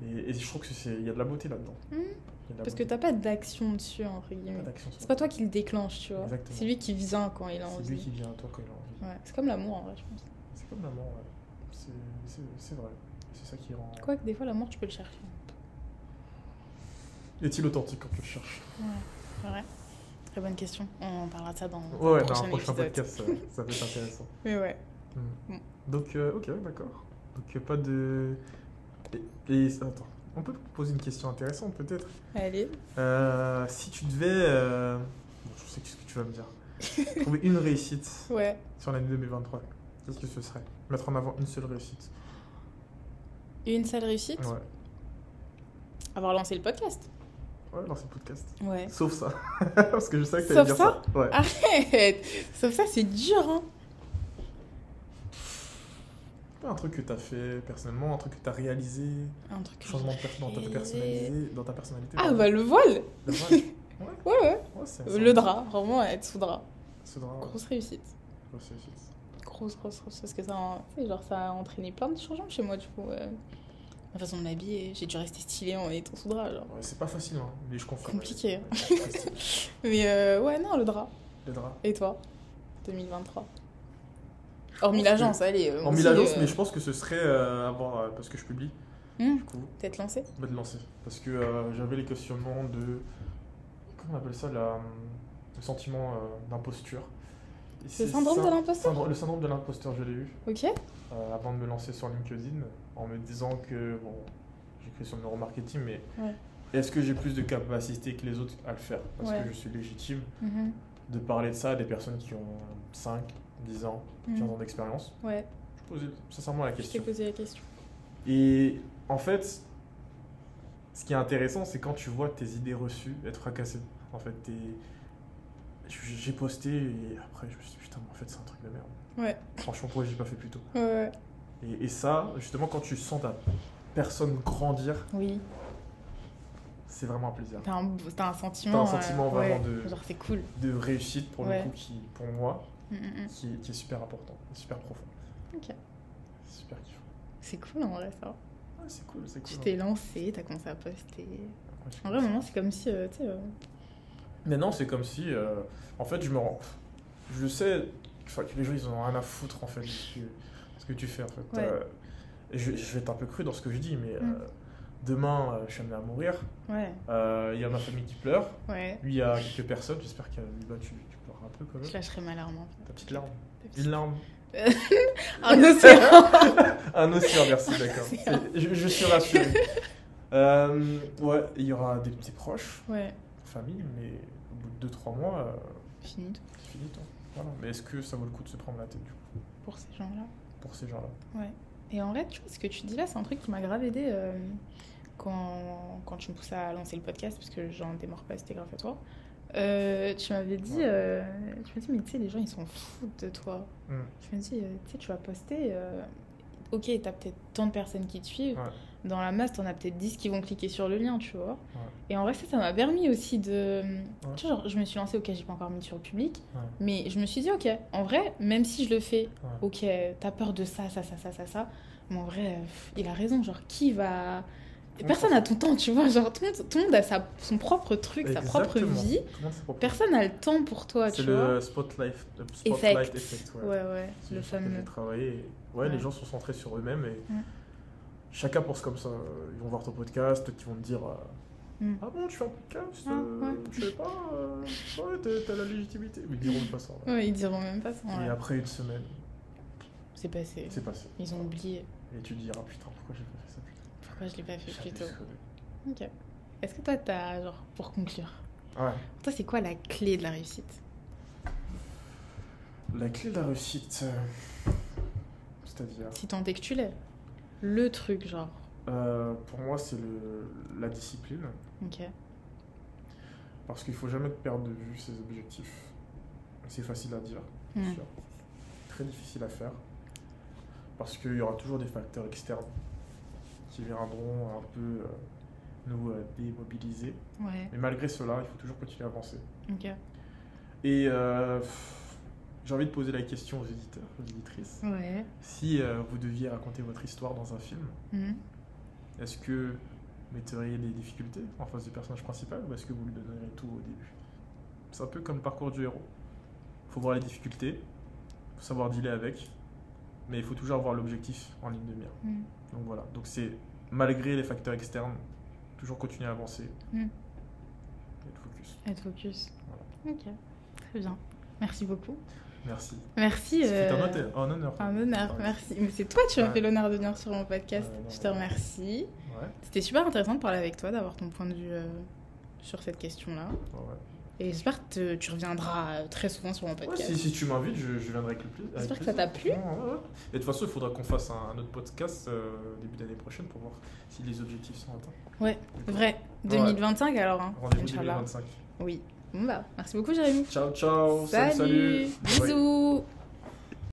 [SPEAKER 2] Et, et je trouve que c'est il y a de la beauté là-dedans.
[SPEAKER 1] Mhm.
[SPEAKER 2] Il y a de la
[SPEAKER 1] Parce que
[SPEAKER 2] beauté.
[SPEAKER 1] t'as pas d'action dessus, entre
[SPEAKER 2] Pas
[SPEAKER 1] guillemets.
[SPEAKER 2] d'action sur
[SPEAKER 1] C'est pas toi qui le déclenche, tu vois.
[SPEAKER 2] Exactement.
[SPEAKER 1] C'est lui qui vient quand il a
[SPEAKER 2] C'est lui
[SPEAKER 1] envie.
[SPEAKER 2] qui vient à toi quand il a envie.
[SPEAKER 1] Ouais. C'est comme l'amour, en vrai, je pense.
[SPEAKER 2] C'est comme l'amour, ouais. C'est- C'est c'est vrai. C'est ça qui rend.
[SPEAKER 1] Quoique, des fois, l'amour, tu peux le chercher.
[SPEAKER 2] Est-il authentique quand tu le cherches
[SPEAKER 1] Ouais. Ouais. Très bonne question. On parlera de ça dans le
[SPEAKER 2] Ouais, dans
[SPEAKER 1] prochain,
[SPEAKER 2] un prochain
[SPEAKER 1] épisode.
[SPEAKER 2] podcast, ça, ça peut être intéressant.
[SPEAKER 1] Mais ouais.
[SPEAKER 2] Donc, euh, ok, d'accord. Donc, euh, pas de. Et, et- attends, on peut poser une question intéressante peut-être
[SPEAKER 1] Allez.
[SPEAKER 2] Euh, Si tu devais. euh, bon, je sais ce que tu vas me dire. Trouver une réussite
[SPEAKER 1] Ouais.
[SPEAKER 2] sur l'année 2023, qu'est-ce que ce serait Mettre en avant une seule réussite.
[SPEAKER 1] Une seule réussite
[SPEAKER 2] Ouais,
[SPEAKER 1] Avoir lancé le podcast.
[SPEAKER 2] ouais lancer le podcast.
[SPEAKER 1] Ouais.
[SPEAKER 2] Sauf ça. Parce que je savais que t'allais dire
[SPEAKER 1] Sauf
[SPEAKER 2] ça. Ouais.
[SPEAKER 1] Arrête Sauf ça, c'est dur, hein
[SPEAKER 2] Pas Un truc que t'as fait personnellement, un truc que t'as réalisé,
[SPEAKER 1] Un truc. que
[SPEAKER 2] changement de
[SPEAKER 1] j'ai
[SPEAKER 2] per- dans, ta
[SPEAKER 1] réalisé.
[SPEAKER 2] personnalisé, dans ta personnalité.
[SPEAKER 1] Ah,
[SPEAKER 2] pardon.
[SPEAKER 1] bah le voile
[SPEAKER 2] Le voile.
[SPEAKER 1] Ouais, ouais.
[SPEAKER 2] Ouais, c'est- c'est-
[SPEAKER 1] Le drap, vraiment, être sous drap.
[SPEAKER 2] Ce drap, ouais.
[SPEAKER 1] Grosse réussite.
[SPEAKER 2] Ouais, c'est- c'est-
[SPEAKER 1] Grosse, grosse, grosse. Parce que ça, a- tu sais, genre, ça a entraîné plein de changements chez moi, du coup. euh, Ma façon de m'habiller, j'ai dû rester stylée en étant sous drap, genre.
[SPEAKER 2] ouais, c'est pas facile, hein, mais je confirme.
[SPEAKER 1] Compliqué, hein.
[SPEAKER 2] Ouais, c'est pas facile.
[SPEAKER 1] Mais euh, ouais, non, le drap.
[SPEAKER 2] Le drap.
[SPEAKER 1] Et toi 2023 Hormis l'agence, allez. euh,
[SPEAKER 2] En
[SPEAKER 1] aussi,
[SPEAKER 2] mille agences,
[SPEAKER 1] euh,
[SPEAKER 2] mais je pense que ce serait euh, avoir, euh, parce que je publie,
[SPEAKER 1] hmm,
[SPEAKER 2] du coup,
[SPEAKER 1] Peut-être lancé
[SPEAKER 2] bah, de lancer. Parce que euh, j'avais les questionnements de. Comment on appelle ça la, Le sentiment euh, d'imposture. Et
[SPEAKER 1] Le
[SPEAKER 2] c'est
[SPEAKER 1] syndrome
[SPEAKER 2] ça-
[SPEAKER 1] de l'imposteur
[SPEAKER 2] syndrome- Le syndrome de l'imposteur, je l'ai eu.
[SPEAKER 1] Ok
[SPEAKER 2] euh, avant de me lancer sur LinkedIn en me disant que bon, j'écris sur le neuromarketing, mais
[SPEAKER 1] Ouais.
[SPEAKER 2] est-ce que j'ai plus de capacité que les autres à le faire Parce
[SPEAKER 1] Ouais.
[SPEAKER 2] que je suis légitime
[SPEAKER 1] Mhm.
[SPEAKER 2] de parler de ça à des personnes qui ont 5, 10 ans, 15 ans d'expérience.
[SPEAKER 1] mhm. Ouais,
[SPEAKER 2] Je posais sincèrement la
[SPEAKER 1] Mm. je t'ai
[SPEAKER 2] question.
[SPEAKER 1] posé la question.
[SPEAKER 2] Et en fait, ce qui est intéressant, c'est quand tu vois tes idées reçues être fracassées. En fait, t'es- j'ai posté et après, je me suis dit putain, mais en fait, c'est un truc de merde.
[SPEAKER 1] Ouais.
[SPEAKER 2] Franchement, pourquoi j'ai pas fait plus tôt
[SPEAKER 1] Ouais, ouais.
[SPEAKER 2] et, et ça, justement, quand tu sens ta personne grandir,
[SPEAKER 1] Oui.
[SPEAKER 2] c'est vraiment un plaisir.
[SPEAKER 1] T'as un, t'as un sentiment. euh,
[SPEAKER 2] T'as un sentiment vraiment de-
[SPEAKER 1] Genre, c'est cool.
[SPEAKER 2] De réussite, pour
[SPEAKER 1] Ouais.
[SPEAKER 2] le coup, qui, pour moi,
[SPEAKER 1] Mm, mm, mm.
[SPEAKER 2] qui, qui est super important, super profond.
[SPEAKER 1] Ok.
[SPEAKER 2] C'est Super kiffant.
[SPEAKER 1] C'est cool en vrai, ça.
[SPEAKER 2] Ouais, c'est cool, c'est
[SPEAKER 1] Tu
[SPEAKER 2] cool.
[SPEAKER 1] t'es lancé, t'as commencé à poster.
[SPEAKER 2] hein. Ouais, je
[SPEAKER 1] En vrai,
[SPEAKER 2] comprends.
[SPEAKER 1] moment, c'est comme si. euh, tu sais. euh,
[SPEAKER 2] Mais non, c'est comme si, euh, en fait, je me rends. Je sais enfin, que les gens, ils en ont rien à foutre, en fait, de ce que, de ce que tu fais, en fait.
[SPEAKER 1] Ouais.
[SPEAKER 2] Euh, je, je vais être un peu cru dans ce que je dis, mais
[SPEAKER 1] Mm.
[SPEAKER 2] euh, demain, euh, je suis amené à mourir.
[SPEAKER 1] Ouais,
[SPEAKER 2] Euh, Il y a ma famille qui pleure.
[SPEAKER 1] ouais.
[SPEAKER 2] Lui, il y a quelques personnes. J'espère que euh, bah, tu, tu pleuras un peu quand même.
[SPEAKER 1] Je lâcherai ma larme. en
[SPEAKER 2] Ta petite larme.
[SPEAKER 1] fait.
[SPEAKER 2] Une larme.
[SPEAKER 1] Un océan
[SPEAKER 2] Un océan, merci, d'accord. C'est- Je, je suis rassuré. Euh, ouais, il y aura des petits proches,
[SPEAKER 1] Ouais,
[SPEAKER 2] famille, mais au bout de 2-3 mois, euh,
[SPEAKER 1] fini tout
[SPEAKER 2] c'est fini, toi. Voilà. Mais est-ce que ça vaut le coup de se prendre la tête, du coup,
[SPEAKER 1] pour ces gens-là.
[SPEAKER 2] pour ces gens-là
[SPEAKER 1] Et en vrai, tu vois, ce que tu dis là, c'est un truc qui m'a grave aidé euh, quand, quand tu me poussais à lancer le podcast, parce que j'en démarre pas, c'était grâce à toi. Euh, tu m'avais dit, euh, tu m'as dit, mais tu sais, les gens ils s'en foutent de toi.
[SPEAKER 2] Mm.
[SPEAKER 1] Tu m'as dit, euh, tu sais, tu vas poster, euh, ok, t'as peut-être tant de personnes qui te suivent,
[SPEAKER 2] Ouais.
[SPEAKER 1] dans la masse, t'en as peut-être 10 qui vont cliquer sur le lien, tu vois. Et en vrai, ça, ça m'a permis aussi de. Tu vois, genre, je me suis lancée, ok, j'ai pas encore mis sur le public,
[SPEAKER 2] Ouais.
[SPEAKER 1] mais je me suis dit, ok, en vrai, même si je le fais,
[SPEAKER 2] Ouais.
[SPEAKER 1] ok, t'as peur de ça, ça, ça, ça, ça, ça, mais en vrai, euh, pff, il a raison, genre, qui va.
[SPEAKER 2] Oui,
[SPEAKER 1] Personne
[SPEAKER 2] ça-
[SPEAKER 1] n'a ton temps, tu vois, genre, tout le monde, tout le monde a sa, son propre truc, sa propre
[SPEAKER 2] Exactement.
[SPEAKER 1] vie,
[SPEAKER 2] Tout le monde sa propre
[SPEAKER 1] personne n'a le temps pour toi, tu
[SPEAKER 2] C'est le spotlight, le
[SPEAKER 1] vois.
[SPEAKER 2] spotlight
[SPEAKER 1] Effect.
[SPEAKER 2] effect.
[SPEAKER 1] ouais, ouais, le
[SPEAKER 2] C'est juste que j'ai
[SPEAKER 1] fameux.
[SPEAKER 2] travaillé. et- Ouais,
[SPEAKER 1] Ouais.
[SPEAKER 2] les gens sont centrés sur eux-mêmes et
[SPEAKER 1] Mm.
[SPEAKER 2] chacun pense comme ça. Ils vont voir ton podcast, qui vont te dire euh,
[SPEAKER 1] Mm.
[SPEAKER 2] Ah bon, tu fais un podcast
[SPEAKER 1] Ah,
[SPEAKER 2] euh,
[SPEAKER 1] ouais.
[SPEAKER 2] Tu sais pas euh, Ouais, t'as- t'as la légitimité. Mais ils diront pas ça. ouais.
[SPEAKER 1] Ouais, ils diront même pas ça.
[SPEAKER 2] Et
[SPEAKER 1] Mm. ouais.
[SPEAKER 2] après une semaine,
[SPEAKER 1] C'est passé.
[SPEAKER 2] c'est passé.
[SPEAKER 1] Ils ont oublié.
[SPEAKER 2] Et tu te diras Putain, pourquoi j'ai pas fait ça putain,
[SPEAKER 1] Pourquoi je l'ai pas fait
[SPEAKER 2] j'ai
[SPEAKER 1] plus tôt
[SPEAKER 2] déconné.
[SPEAKER 1] Ok. Est-ce que toi, t'as, genre, pour conclure,
[SPEAKER 2] Ah Ouais.
[SPEAKER 1] Pour toi, c'est quoi la clé de la réussite
[SPEAKER 2] La clé de la réussite. euh, C'est-à-dire.
[SPEAKER 1] Si tant est que tu l'es. Le truc, genre.
[SPEAKER 2] euh, pour moi, c'est le- la discipline.
[SPEAKER 1] Ok.
[SPEAKER 2] Parce qu'il faut jamais perdre de vue ses objectifs. C'est facile à dire,
[SPEAKER 1] Hmm.
[SPEAKER 2] bien sûr. Très difficile à faire. Parce qu'il y aura toujours des facteurs externes qui viendront un peu euh, nous euh, démobiliser.
[SPEAKER 1] Ouais,
[SPEAKER 2] Mais malgré cela, il faut toujours continuer à avancer.
[SPEAKER 1] ok.
[SPEAKER 2] Et euh, pff, j'ai envie de poser la question aux éditeurs, aux éditrices.
[SPEAKER 1] Ouais.
[SPEAKER 2] Si euh, vous deviez raconter votre histoire dans un film,
[SPEAKER 1] Mhm.
[SPEAKER 2] est-ce que vous metteriez des difficultés en face du personnage principal ou est-ce que vous lui donneriez tout au début C'est un peu comme le parcours du héros. faut voir les difficultés, faut savoir dealer avec, mais il faut toujours avoir l'objectif en ligne de mire.
[SPEAKER 1] Mhm.
[SPEAKER 2] Donc voilà, donc c'est malgré les facteurs externes, toujours continuer à avancer.
[SPEAKER 1] Mm.
[SPEAKER 2] Être focus.
[SPEAKER 1] Être focus. Ok, très bien. Merci beaucoup.
[SPEAKER 2] Merci.
[SPEAKER 1] Merci.
[SPEAKER 2] C'est
[SPEAKER 1] euh,
[SPEAKER 2] un hôtel, un honneur.
[SPEAKER 1] un honneur,
[SPEAKER 2] Ouais.
[SPEAKER 1] merci. Mais c'est toi qui m'as
[SPEAKER 2] Ouais.
[SPEAKER 1] fait l'honneur de venir sur mon podcast.
[SPEAKER 2] Ouais, non,
[SPEAKER 1] Je te
[SPEAKER 2] ouais.
[SPEAKER 1] remercie.
[SPEAKER 2] Ouais,
[SPEAKER 1] C'était super intéressant de parler avec toi, d'avoir ton point de vue euh, sur cette question-là.
[SPEAKER 2] ouais, ouais.
[SPEAKER 1] Et j'espère que te- tu reviendras euh, très souvent sur mon
[SPEAKER 2] Ouais,
[SPEAKER 1] podcast.
[SPEAKER 2] si, si tu m'invites, je, je viendrai avec le plus. avec
[SPEAKER 1] J'espère que ça
[SPEAKER 2] plaisir.
[SPEAKER 1] t'a plu.
[SPEAKER 2] Ouais, ouais, ouais. Et de toute façon, il faudra qu'on fasse un, un autre podcast euh, début d'année prochaine pour voir si les objectifs sont atteints.
[SPEAKER 1] Ouais,
[SPEAKER 2] Du coup,
[SPEAKER 1] Vrai, 2025 alors. Hein.
[SPEAKER 2] Rendez-vous
[SPEAKER 1] Inch'Allah.
[SPEAKER 2] 2025.
[SPEAKER 1] Oui. Bon bah, merci beaucoup Jérémy.
[SPEAKER 2] Ciao, ciao.
[SPEAKER 1] Salut.
[SPEAKER 2] salut. Bye.
[SPEAKER 1] Bisous.